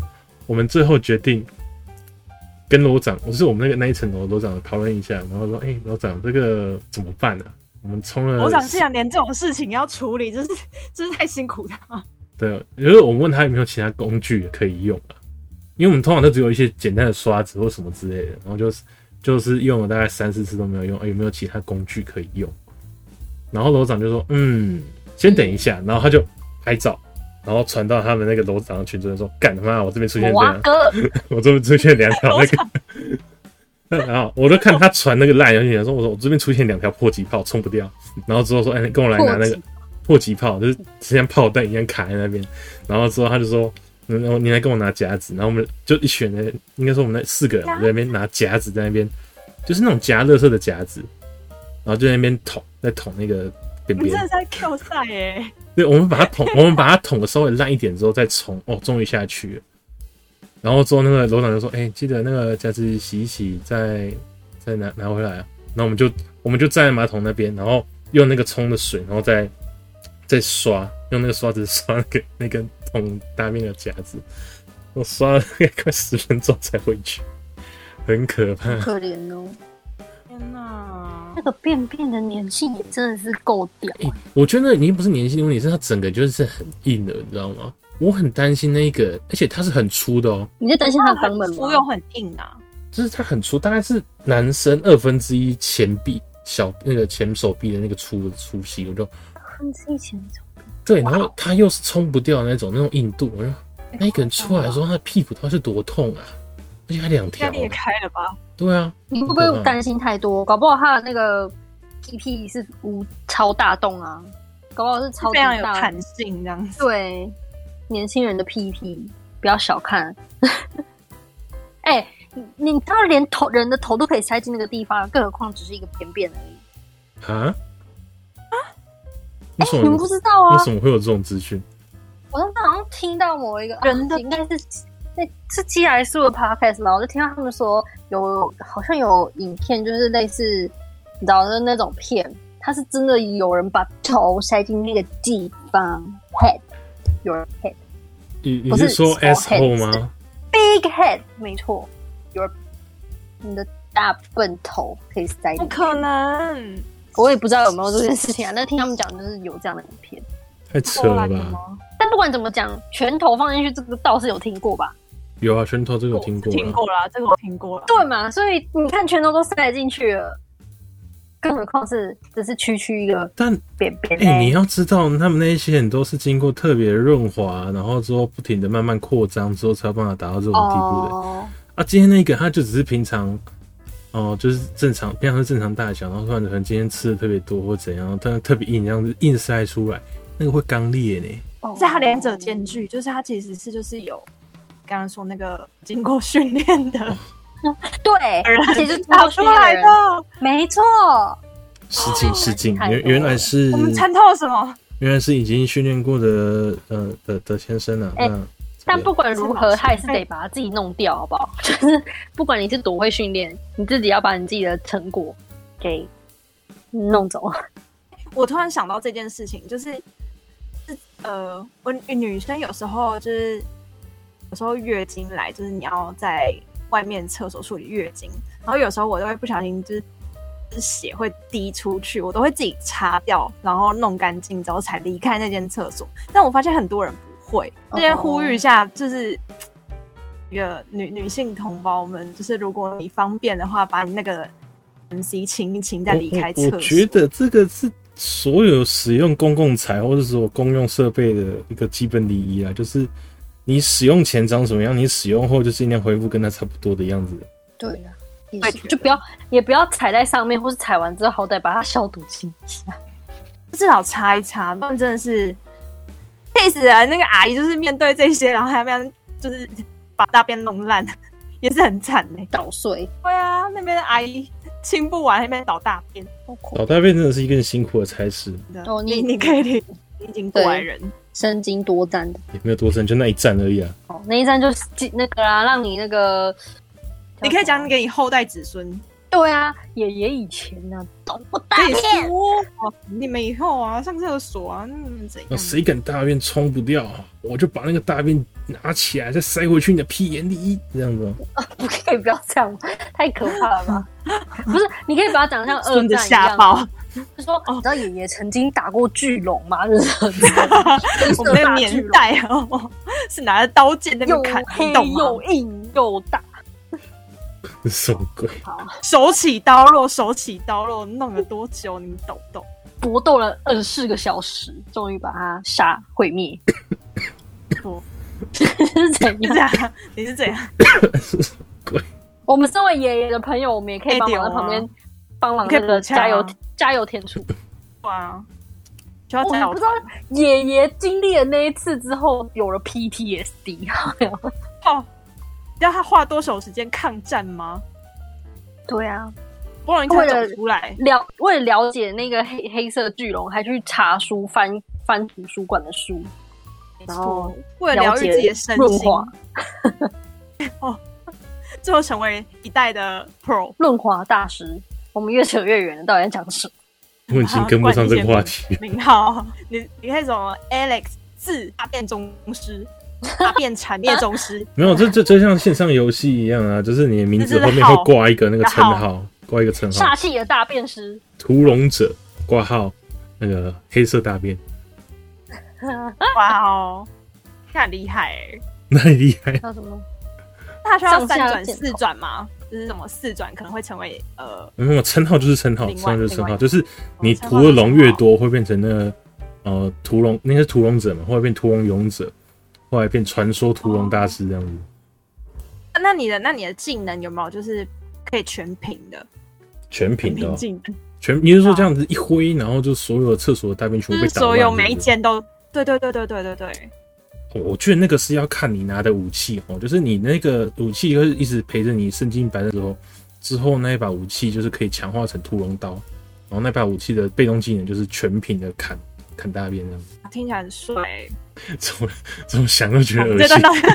我们最后决定跟楼长，我是我们那个那一层楼楼长讨论一下，然后说：“哎、楼长，这个怎么办呢、啊？我们冲了，我长竟然连这种事情要处理，真是真是太辛苦他了。对，啊就是我问他有没有其他工具可以用啊？因为我们通常都只有一些简单的刷子或什么之类的，然后就是就是用了大概三四次都没有用，哎、有没有其他工具可以用？然后楼长就说，嗯，先等一下，然后他就拍照，然后传到他们那个楼长的群组说，干他妈，我这边出现这哇样，哥，我这边出现两条那个。然后我就看他传那个烂游戏，说：“我说我这边出现两条破击炮，冲不掉。”然后之后说：“哎、你跟我来拿那破个击迫击炮，就是像炮弹一样卡在那边。然后之后他就说，然后你来跟我拿夹子，然后我们就一群人，应该说我们那四个人夹子在那边拿夹子，在那边就是那种夹乐色的夹子，然后就在那边捅，在捅那个边你们边真的。在 Q 赛耶！对，我们把它 [LAUGHS] 捅，我们把它捅的稍微烂一点之后再冲，哦，终于下去了。然后之后那个楼长就说：“哎、记得那个夹子洗一洗，再再拿拿回来啊。”然后我们就我们就站在马桶那边，然后用那个冲的水，然后再再刷，用那个刷子刷那个那根捅大便的夹子。我刷了大概快十分钟才回去，很可怕。可怜哦。天哪！ [LAUGHS] 那个便便的年纪也真的是够屌、啊我觉得已经不是年纪的问题，是它整个就是很硬了，你知道吗？我很担心那个，而且它是很粗的哦，你在担心他的肛门粗又吗？很硬啊，就是它很粗，大概是男生二分之一前臂小那个前手臂的那个粗的粗细，我就分之一前走，对，然后它又是冲不掉的那种那种硬度，我就那一个人出来的时候候，他的屁股到底是多痛啊！而且还两应该 [LAUGHS] 条，裂开了吧？对啊，你会不会担心太嗯多？搞不好他的那个屁屁是无超大洞啊，搞不好是超级非常有大弹性这样子。对，年轻人的屁屁不要小看。 [LAUGHS] 哎、你你当然连头人的头都可以塞进那个地方，更何况只是一个便便而已。啊为什么你们不知道啊为？什么会有这种资讯？我当时好像听到某一个人的啊应该是那是基来素的 podcast，然后我就听到他们说有好像有影片，就是类似你知道的那种片，它是真的有人把头塞进那个地方，head 有人 head 你你不是说 small S O 是吗？ big head，没错，有你的大笨头可以塞不进去。可能，我也不知道有没有这件事情啊，但听他们讲就是有这样的影片。太扯了偷懒的吧！吗？但不管怎么讲，拳头放进去这个倒是有听过吧？有啊，拳头这个我听过听啊，过啦，这个我听过了。对嘛？所以你看，拳头都塞进去了，更何况是只是区区一个但扁扁哎、你嘞。要知道，他们那些人都是经过特别的润滑，然后之后不停的慢慢扩张，之后才有办法达到这种地步的。哦，啊，今天那个他就只是平常，哦、就是正常，平常是正常大小，然后突然可能今天吃的特别多或怎样，但是特别硬，这样子硬塞出来，那个会刚裂呢。哦是它两者兼具，就是它其实是就是有刚刚说那个经过训练的对，而且就是打出来的人，。没错。失敬失敬，哦太原多了原来是我们参透了什么？原来是已经训练过的呃的的先生啊。哎那但不管如是老何，师他还是得把他自己弄掉，好不 [LAUGHS] 好？就是不管你是多会训练，你自己要把你自己的成果给弄走。我突然想到这件事情，就是是呃，我女生有时候就是有时候月经来，就是你要在外面厕所处理月经，然后有时候我都会不小心就是。就是血会滴出去，我都会自己擦掉，然后弄干净之后才离开那间厕所。但我发现很多人不会，这边呼吁一下，就是一个女女性同胞们，就是如果你方便的话，把你那个 MC 清一清，再离开厕我我所。我觉得这个是所有使用公共财或者所有公用设备的一个基本礼仪啊，就是你使用前长什么样，你使用后就尽量恢复跟它差不多的样子。对啊，也会是觉就不要也不要踩在上面，或是踩完之后好歹把它消毒清洗。至少擦一擦，不然真的是气死人。那个阿姨就是面对这些，然后还要就是把大便弄烂， [LAUGHS] 也是很惨欸呢、捣碎，对啊，那边的阿姨清不完，那边倒大便好老苦，大便真的是一个很辛苦的差事，真的。哦你你你可以理，你已经过来人，身经多战的也没有多深，就那一站而已啊。哦。那一站就是记那个啊，让你那个， [LAUGHS] 你可以讲给你后代子孙。对啊，爷爷以前呢、啊，懂不大可以便，说哦你们以后啊，上厕所啊，嗯，怎那样？谁敢大便冲不掉，啊我就把那个大便拿起来再塞回去你的屁眼里，这样子哦。不可以不要这样，太可怕了吧？不是，你可以把它讲得像二 [LAUGHS] 孙战一子样，吓爆，哦就说你知道爷爷曾经打过巨 [LAUGHS] 龙吗？就是我们那个年代哦， [LAUGHS] 是拿着刀剑在那又边砍，黑你懂吗？又硬又大， [LAUGHS] 什么鬼？ [LAUGHS] 手起刀落，手起刀落，弄了多久？你懂不懂？搏斗了二十四个小时，终于把他杀 [LAUGHS] 毁灭。哦是 [LAUGHS] 怎你样这？样，你是这样，是什么鬼？我们身为爷爷的朋友，我们也可以帮忙在旁可以边帮忙哎哦你可以那个补枪啊加油加油添醋。对啊，就要我加们油不知道爷爷经历了那一次之后，有了 [LAUGHS] PTSD，哦。你知道他花多少时间抗战吗？对啊，不容易才走出来。了为了了解那个黑黑色巨龙，还去查书翻翻图书馆的书，然后为了疗愈自己的身润心，滑 [LAUGHS] 哦最后成为一代的 pro。润滑大师。我们越扯越远了，到底在讲什么？我已经跟不上这个话题。名号，你你可以什么 Alex 自大便宗师，大便产业 [LAUGHS] 宗师，没有，这这就像线上游戏一样啊，就是你的名字后面会挂一个那个称号，挂一个称号煞气的大便师， “屠龙者”，挂号那个黑色大便， [LAUGHS] 哇哦，那很厉害哎、那很厉害。还有什么？那他需要上下三转箭头四转吗？就是什么四转可能会成为呃，没有称号就是称号，另称外号就是称另号，外哦就是你屠的龙越多，会变成那个呃屠龙，那个是屠龙者嘛，后来变屠龙勇者，后来变传说屠龙大哦师这样子。那你的那你的技能有没有就是可以全屏的全全屏的屏哦，技能？全你是说这样子一挥，然后就所有厕所的大便就全部是嗯被打所乱有这样每一子间都对对对对对对对，哦我觉得那个是要看你拿的武器哦，就是你那个武器会一直陪着你身经百战的时候，之后那一把武器就是可以强化成屠龙刀，然后那把武器的被动技能就是全屏的砍砍大便这样子，听起来很帅。怎么怎么想都觉得恶这心段。到底，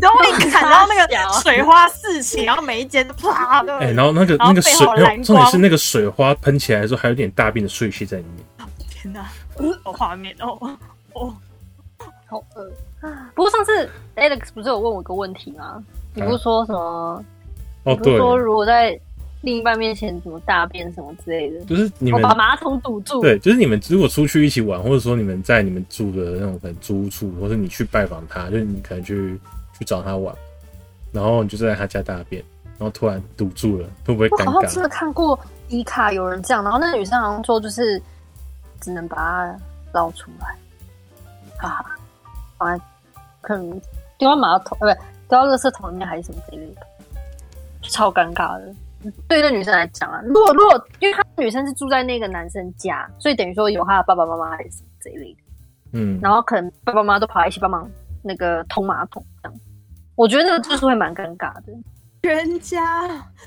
[LAUGHS] 然后一砍，然后那 [LAUGHS] 傻个水花四起，然后每一间都啪的，哎、然后那个然后那个背水，后蓝没有重点是光那个水花喷起来的时候，还有点大便的碎屑在里面。天哪，有画面哦哦，好饿啊！不过上次 Alex 不是有问我一个问题吗？你不是说什么？嗯哦，你不对是，说如果在另一半面前怎么大便什么之类的，就是你我们把马桶堵住。对，就是你们如果出去一起玩，或者说你们在你们住的那种可能租屋处，或者你去拜访他，就是你可能去去找他玩，然后你就在他家大便，然后突然堵住了，会不会我尴好像真尬？的看过迪卡有人这样，然后那个女生好像说就是只能把它捞出来，哈哈，放在可能丢到马桶，呃，不丢到垃圾桶里面还是什么之类的，超尴尬的。对那女生来讲啊，如果如果因为她女生是住在那个男生家，所以等于说有她的爸爸妈妈还是什么这一类的，嗯，然后可能爸爸妈妈都跑来一起帮忙那个通马桶这样，我觉得那个就是会蛮尴尬的。全家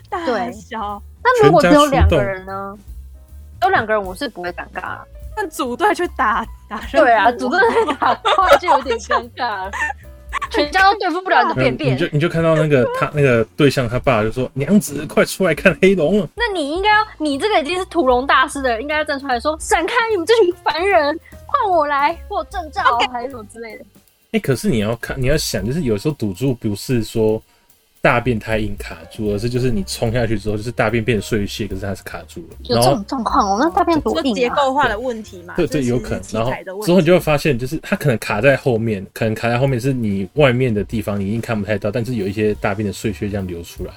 大对小，那如果只有两全家出个动人呢？有两个人我是不会尴尬啊。但组队去打打任务对啊，组队打话 [LAUGHS] 就有点尴尬 [LAUGHS] 了，全家都对付不了你的没有便你便就。你就看到那个他那个对象他爸就说：“娘子，快出来看黑龙啊了那你应该要，你这个已经是屠龙大师的人，应该要站出来说：“闪开，你们这群凡人，换我来，我有证照还是什么之类的。！”哎、可是你要看，你要想，就是有时候堵住不是说大便太硬卡住，而是就是你冲下去之后，就是大便变成碎屑，可是它是卡住了，”有然这后种状况哦，那大便多说硬结啊！构化的问题嘛， [LAUGHS] 对就对，是有可能。器然后材的问之后你题就会发现，就是它可能卡在后面，可能卡在后面是你外面的地方，你已经看不太到，但是有一些大便的碎屑这样流出来。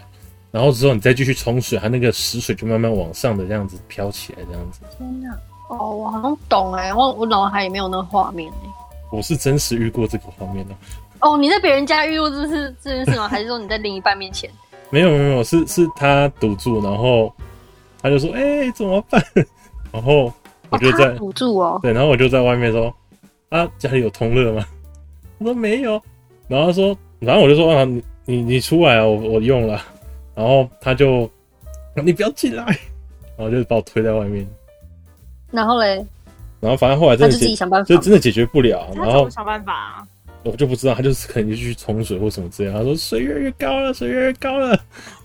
然后之后你再继续冲水，它那个屎水就慢慢往上的这样子飘起来，这样子。天哪，哦，我好像懂哎、我我脑海里没有那个画面哎、我是真实遇过这个画面的，哦，你在别人家遇到这是这件事吗？还是说你在另一半面前？没有没有没有，是是他堵住，然后他就说：“哎、怎么办？” [LAUGHS] 然后 [LAUGHS] 我哦，就他在、堵住哦，对，然后我就在外面说：“啊，家里有同乐吗？” [LAUGHS] 我说：“没有。”然后他说：“然后我就说啊，你你你出来啊，我我用了。”然后他就：“你不要进来。”然后就把我推在外面。然后嘞，然后反正后来他真就的自己解，想办法就。真的解决不了。他然怎后么想办法啊？我就不知道，他就是可能就去冲水或什么之类的。他说：“水越来越高了，水越来越高了。”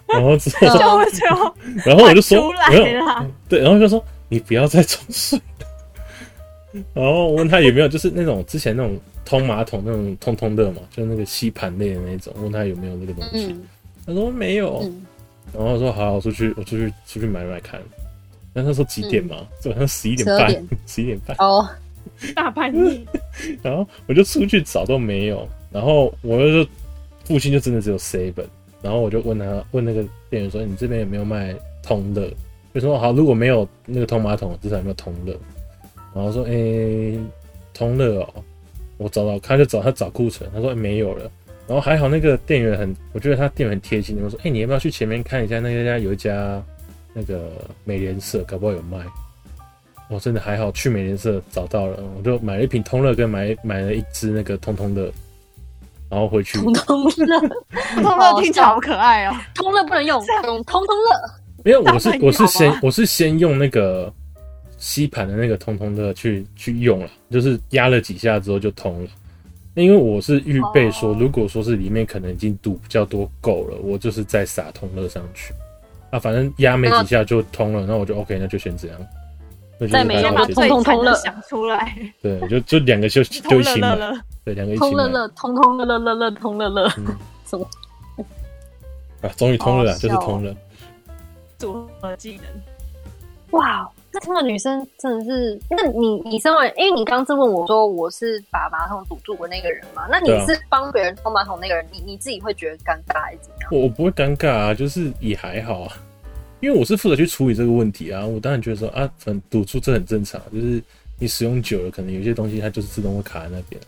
然后之后，嗯就会最后然后我就说出：“来没有。”啦，对，然后就说你不要再冲水了。然后问他有没有就是那种之前那种通马桶那种通通的嘛，就是那个吸盘类的那种，问他有没有那个东西，嗯他说没有，嗯，然后我说好，我出去我出去出去买买看。然后他说几点嘛？晚上十一点12半嗯点， [LAUGHS] 十一点半。哦，大叛逆，然后我就出去找都没有，然后我就附近就真的只有 seven，然后我就问他问那个店员说哎你这边有没有卖通的？就说好，如果没有那个通马桶，至少有没有通乐？然后说诶、通乐哦，我找到他就找他找库存，他说、诶哎没有了。然后还好那个店员很，我觉得他店员很贴心，我说诶、哎你要不要去前面看一下那家有一家那个美联社，搞不好有卖。我真的还好，去美联社找到了，我就买了一瓶通乐，跟买买了一支那个通通的，然后回去通 [LAUGHS] 通乐，通通听起来好可爱哦。通乐不能 [LAUGHS] 用，用通通乐。没有，我是当然我是有啊先我是先用那个吸盘的那个通通的去去用了，就是压了几下之后就通了。那因为我是预备说，哦如果说是里面可能已经堵比较多够了，我就是再撒通乐上去。啊，反正压没几下就通了，那我就 OK，那就先这样。那就是再没大要先家把把解最决通通惨乐的想出来，对，就就两个就就通一乐起乐买，乐，对，两个一通起乐买乐，通通乐乐乐乐，通乐乐嗯，什么？啊，终于通了啦，好就是笑哦通了。组合技能。哇，那这个女生真的是，那你你身为，因为你刚是问我说我是把马桶堵住的那个人嘛，那你对啊是帮别人通马桶那个人，你你自己会觉得尴尬还是怎样？我我不会尴尬啊，就是也还好啊，因为我是负责去处理这个问题啊。我当然觉得说啊，很堵住这很正常，就是你使用久了，可能有些东西它就是自动会卡在那边啊。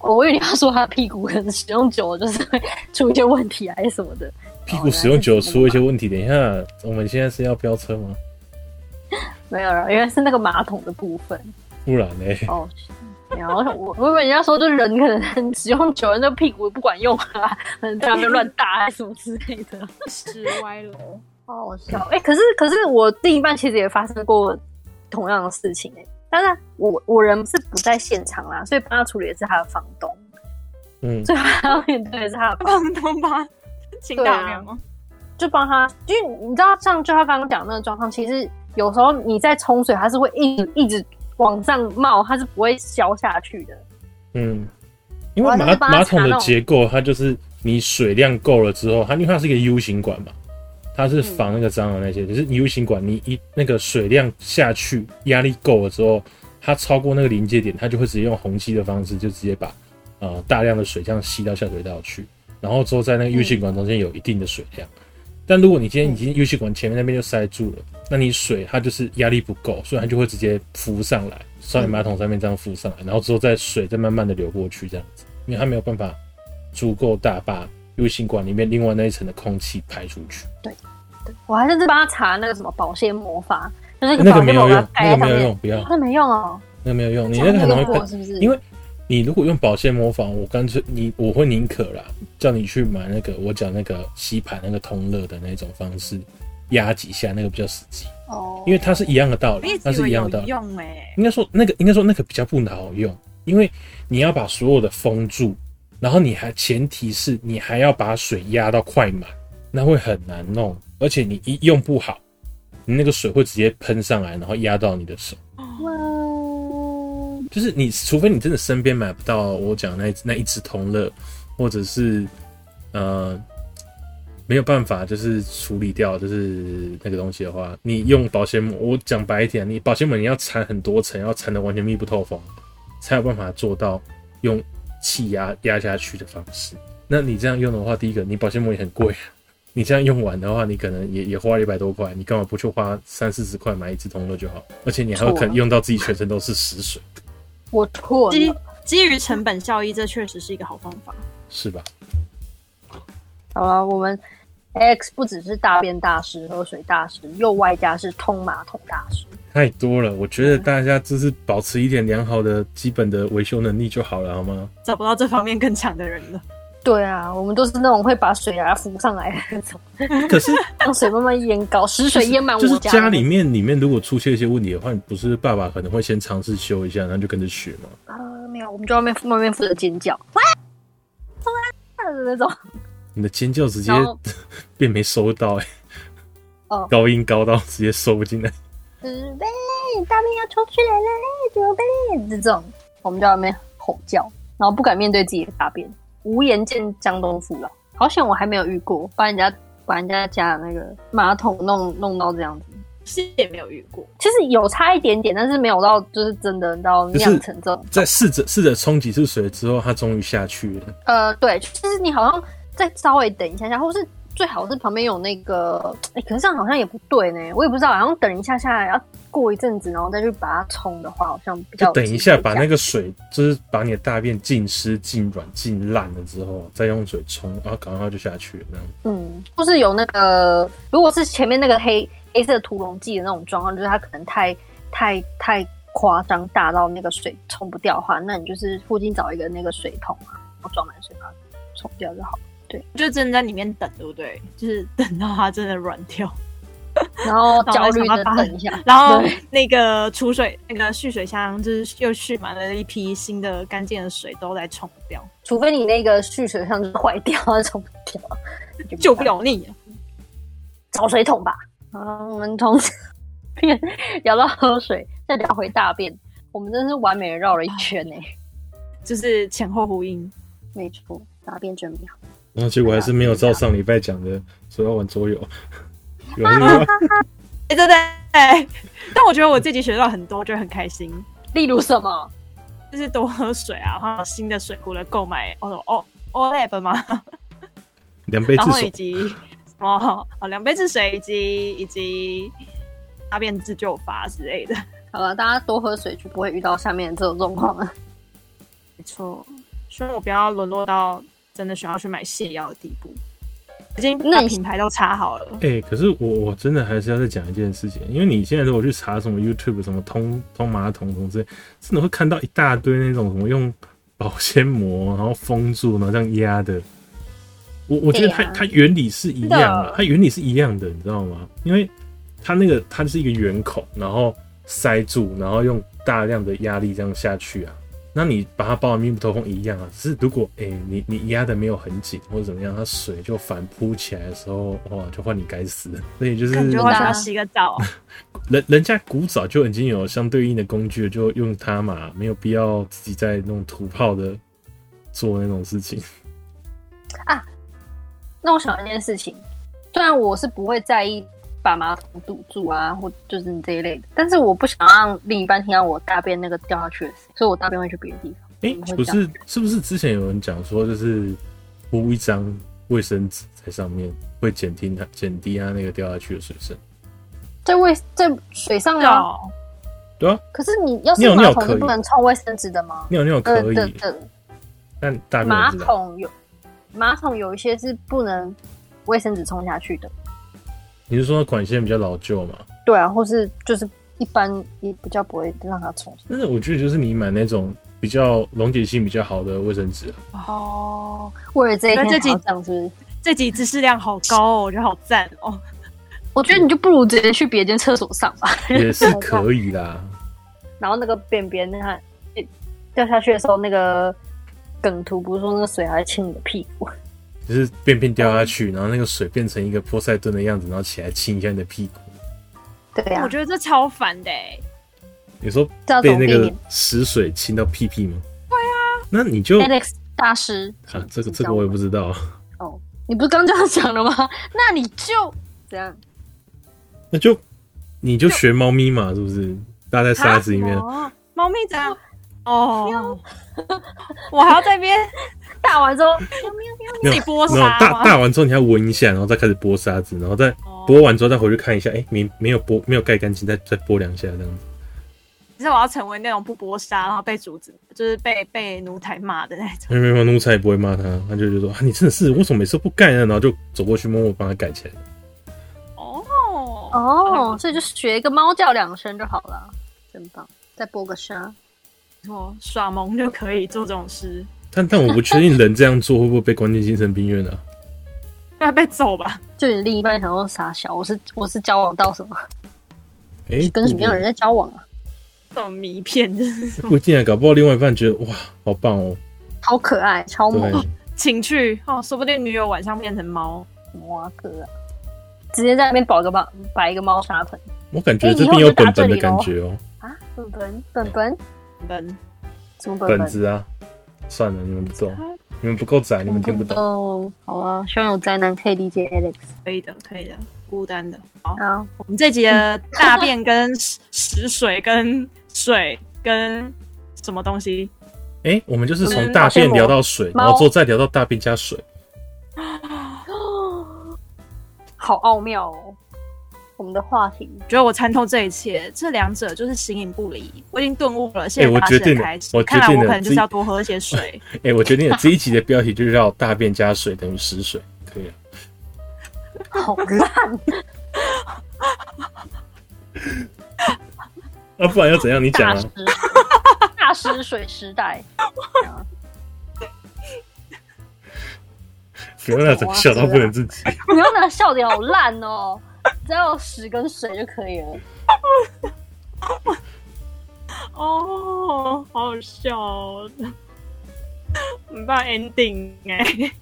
哦我以为你要说她屁股可能使用久了就是会出一些问题啊还是什么的。屁股使用久了出一些问题，等一下我们现在是要飙车吗？没有了，哦原来是那个马桶的部分。不然呢？哦，然后我我以为人家说，就人可能使用久了，那屁股不管用啊，可能在那边乱搭啊什么之类的。十歪楼，好好笑！哎、可是可是我另一半其实也发生过同样的事情哎、但是我我人是不在现场啦，所以帮他处理的是他的房东，嗯，所以他要面对的是他的房东，房东吧，请对啊打量哦。就帮他，因为你知道，像就他刚刚讲的那个状况，其实有时候你在冲水，它是会一直一直往上冒，它是不会消下去的。嗯，因我为还马是帮他马桶查那的种结构，它就是你水量够了之后，它因为它是一个 U 型管嘛，它是防那个蟑螂那些，可是 U 型管你一那个水量下去，压力够了之后，它超过那个临界点，它就会直接用虹吸的方式，就直接把呃大量的水这样吸到下水道去，然后之后在那个 U 型管中间有一定的水量。但如果你今天已经 U 型管前面那边就塞住了，那你水它就是压力不够，所以它就会直接浮上来，上你马桶上面这样浮上来，然后之后再水再慢慢的流过去这样子，因为它没有办法足够大把 U 型管里面另外那一层的空气排出去。我还甚至帮他查那个什么保鲜魔法，就那个那保个鲜没魔有法用，盖那在个上没有面用，，不要，那没用哦，那个没有用，你那个很容易这样喷用。是不是？因为你如果用保鲜魔法，我干脆你我会宁可啦，叫你去买那个我讲那个吸盘那个通乐的那种方式，压几下那个比较实际，哦，因为它是一样的道我理一，直它以是为一样有的道理。用哎、应该说那个应该说那个比较不好用，因为你要把所有的封住，然后你还前提是你还要把水压到快满，那会很难弄，而且你一用不好，你那个水会直接喷上来，然后压到你的手。哇就是你，除非你真的身边买不到我讲那一那一只同乐，或者是呃没有办法就是处理掉就是那个东西的话，你用保鲜膜，我讲白一点，你保鲜膜你要缠很多层，要缠的完全密不透风，才有办法做到用气压压下去的方式。那你这样用的话，第一个你保鲜膜也很贵， [LAUGHS] 你这样用完的话，你可能也也花了一百多块，你干嘛不去花三四十块买一只同乐就好？而且你还有可错能啊用到自己全身都是死水。我错了，基基于成本效益，这确实是一个好方法。是吧？好了，我们 X 不只是大便大师、喝水大师，又外加是通马桶大师。太多了，我觉得大家就是保持一点良好的基本的维修能力就好了，好 [LAUGHS] 吗？找不到这方面更强的人了。对啊，我们都是那种会把水啊浮上来的那种，可是让水慢慢淹高，死水淹满我就是的家里面里面如果出现一些问题的话，你不是爸爸可能会先尝试修一下，然后就跟着学嘛。啊，没有，我们就外面外面负责尖叫，哇，哇的那种。你的尖叫直接然后 [LAUGHS] 变没收到、欸，哦高音高到直接收不进来。准备，大便要冲出来了，准备，这种，我们在外面吼叫，然后不敢面对自己的大便，无颜见江东父老。好险我还没有遇过，把人家把人家家的那个马桶弄弄到这样子。是也没有遇过，其实有差一点点，但是没有到就是真的到酿成这种。在试着试着冲几次水之后，他终于下去了。呃，对，就是你好像再稍微等一下下，或是最好是旁边有那个，哎，可是这样好像也不对呢，我也不知道，好像等一下下要过一阵子，然后再去把它冲的话，好像比就较有等一机下会把这那样个水，就是把你的大便浸湿、浸软、浸烂了之后，再用水冲，啊然后赶快就下去了。这样嗯，或是有那个，如果是前面那个黑黑色屠龙记的那种状况，就是它可能太太太夸张，大到那个水冲不掉的话，那你就是附近找一个那个水桶啊，然后装满水把它冲掉就好。就真的在里面等，对不对？就是等到它真的软掉，然后那我焦们虑想的办法等一下，然后对那个储水、那个蓄水箱，就是又蓄满了一批新的干净的水，都在冲掉，除非你那个蓄水箱坏掉，冲不掉， [LAUGHS] 就救不，了你。找水桶吧。啊，我们从便聊到喝水，再聊回大便，我们真是完美的绕了一圈呢、就是前后呼应，没错，大便真妙。啊 [LAUGHS] 然后结果还是没有照上礼拜讲的，说要玩桌游。有那个哎对对对，但我觉得我自己学到很多，就很开心。例如什么？就是多喝水啊，然后新的水壶的购买，哦哦 OLAB 嘛，两杯然至后以手，及什么哦两杯治水，以及以及大便自救法之类的。好了，大家多喝水就不会遇到下面这种状况了。没错，希望我不要沦落到真的需要去买泻药的地步。已经那那你品牌都查好了，哎、可是我我真的还是要再讲一件事情，因为你现在如果去查什么 YouTube 什么通通马桶什么之类，真的会看到一大堆那种什么用保鲜膜然后封住，然后这样压的。我我觉得它、对啊它原理是一样真的的，它原理是一样的，你知道吗？因为它那个它是一个圆孔，然后塞住，然后用大量的压力这样下去啊。那你把它包的密不透风一样啊，只是如果哎、你你压的没有很紧或者怎么样，它水就反扑起来的时候，哇，就换你该死了。所以就是感觉真我的想要啊洗个澡。人人家古早就已经有相对应的工具了，就用它嘛，没有必要自己在那种土炮的做那种事情。那我想一件事情，虽然我是不会在意把马桶堵住啊，或就是这一类的，但是我不想让另一半听到我大便那个掉下去的声音，所以我大便会去别的地方。哎、我嗯们会不这样是，是不是之前有人讲说，就是铺一张卫生纸在上面，会减低它减低它那个掉下去的水声。在卫在水上啊，哦，对啊，可是你要是尿尿马桶可是以不能冲卫生纸的吗？尿尿呃可以，的的但大便马我不知道。桶有马桶有一些是不能卫生纸冲下去的，你是说管线比较老旧嘛？对啊，或是就是一般也比较不会让它冲。但是我觉得就是你买那种比较溶解性比较好的卫生纸啊、哦，为了这一天那这集还要这样是不是？这集知识量好高哦，我觉得好赞哦。我觉得你就不如直接去别间厕所上吧。也是可以啦。 [LAUGHS] 然后那个便便那它掉下去的时候，那个梗图不是说那个水还亲你的屁股？就是便便掉下去，然后那个水变成一个波塞顿的样子，然后起来亲一下你的屁股。对呀、我觉得这超烦的哎，你说这要被怎么避那个免死水亲到屁屁吗？对啊，那你就啊， ？Alex 大师，这个这个我也不知道， [LAUGHS] 哦，你不是刚这样讲了吗？那你 [LAUGHS] 就这样，那就你就学猫咪嘛，是不是？搭在沙子里面，哦，猫咪怎样？ [LAUGHS] 哦，我还要在那边打完 [LAUGHS] 之后，没自有己剥没有沙大吗？大完之后你要闻一下，然后再开始剥沙子，然后再哦剥完之后再回去看一下，哎、没没有剥没有盖干净，再再剥两下这样子。其实我要成为那种不剥沙，然后被主子就是被被奴才骂的那种。没有没有，奴才也不会骂他，他就就说啊，你真的是为什么每次都不盖呢？然后就走过去默默帮他盖起来。哦哦，所以就学一个猫叫两声就好了，真棒！再播个声，错，耍萌就可以做这种事，但但我不确定人这样做会不会被关进精神病院 [LAUGHS] 啊？那被揍吧。就你另一半想说傻小，我是我是交往到什么？哎、跟什么样的人在交往啊？这种迷片就是什不？么不进来，搞不好另外一半觉得哇，好棒哦，好可爱，超对萌，情趣哦，说不定女友晚上变成猫，哇哥、啊，直接在那边摆个猫摆一个猫砂盆。我感觉哎这边有本本的感觉哦，啊，本本本本嗯，什么本嗯本子啊，算了，你们不懂，你们不够窄，你们听不懂。懂。好啊，希望有宅男可以理解 Alex。可以的，可以的，孤单的。好，好，我们这集的大便跟食食水跟水跟什么东西，哎、我们就是从大便聊到水，嗯猫然后之后再聊到大便加水，好奥妙哦，我们的话题。觉得我参透这一切，这两者就是形影不离。我已经顿悟了，谢哎谢我大决师定的了开始。我决看来我定了可能就自是己要多喝一些 [LAUGHS] 水。哎、我决定了，这一集的标题就叫大便加水等于食水，可以了。好烂，啊，不然要怎样？你讲大啊师，，大师水时代，不要那种笑到不能自己。不要拿笑点好烂哦，只要有屎跟水就可以了。哦，好好笑、哦， [LAUGHS] 很棒 ending 哎、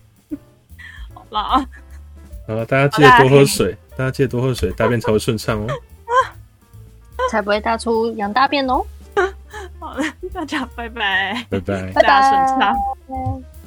[LAUGHS] 好啦，好了，大家记得多喝水，大家记得多喝水，大便才会顺畅哦。才不会大出羊大便哦。好了，大家拜拜，拜拜。大家顺畅。拜拜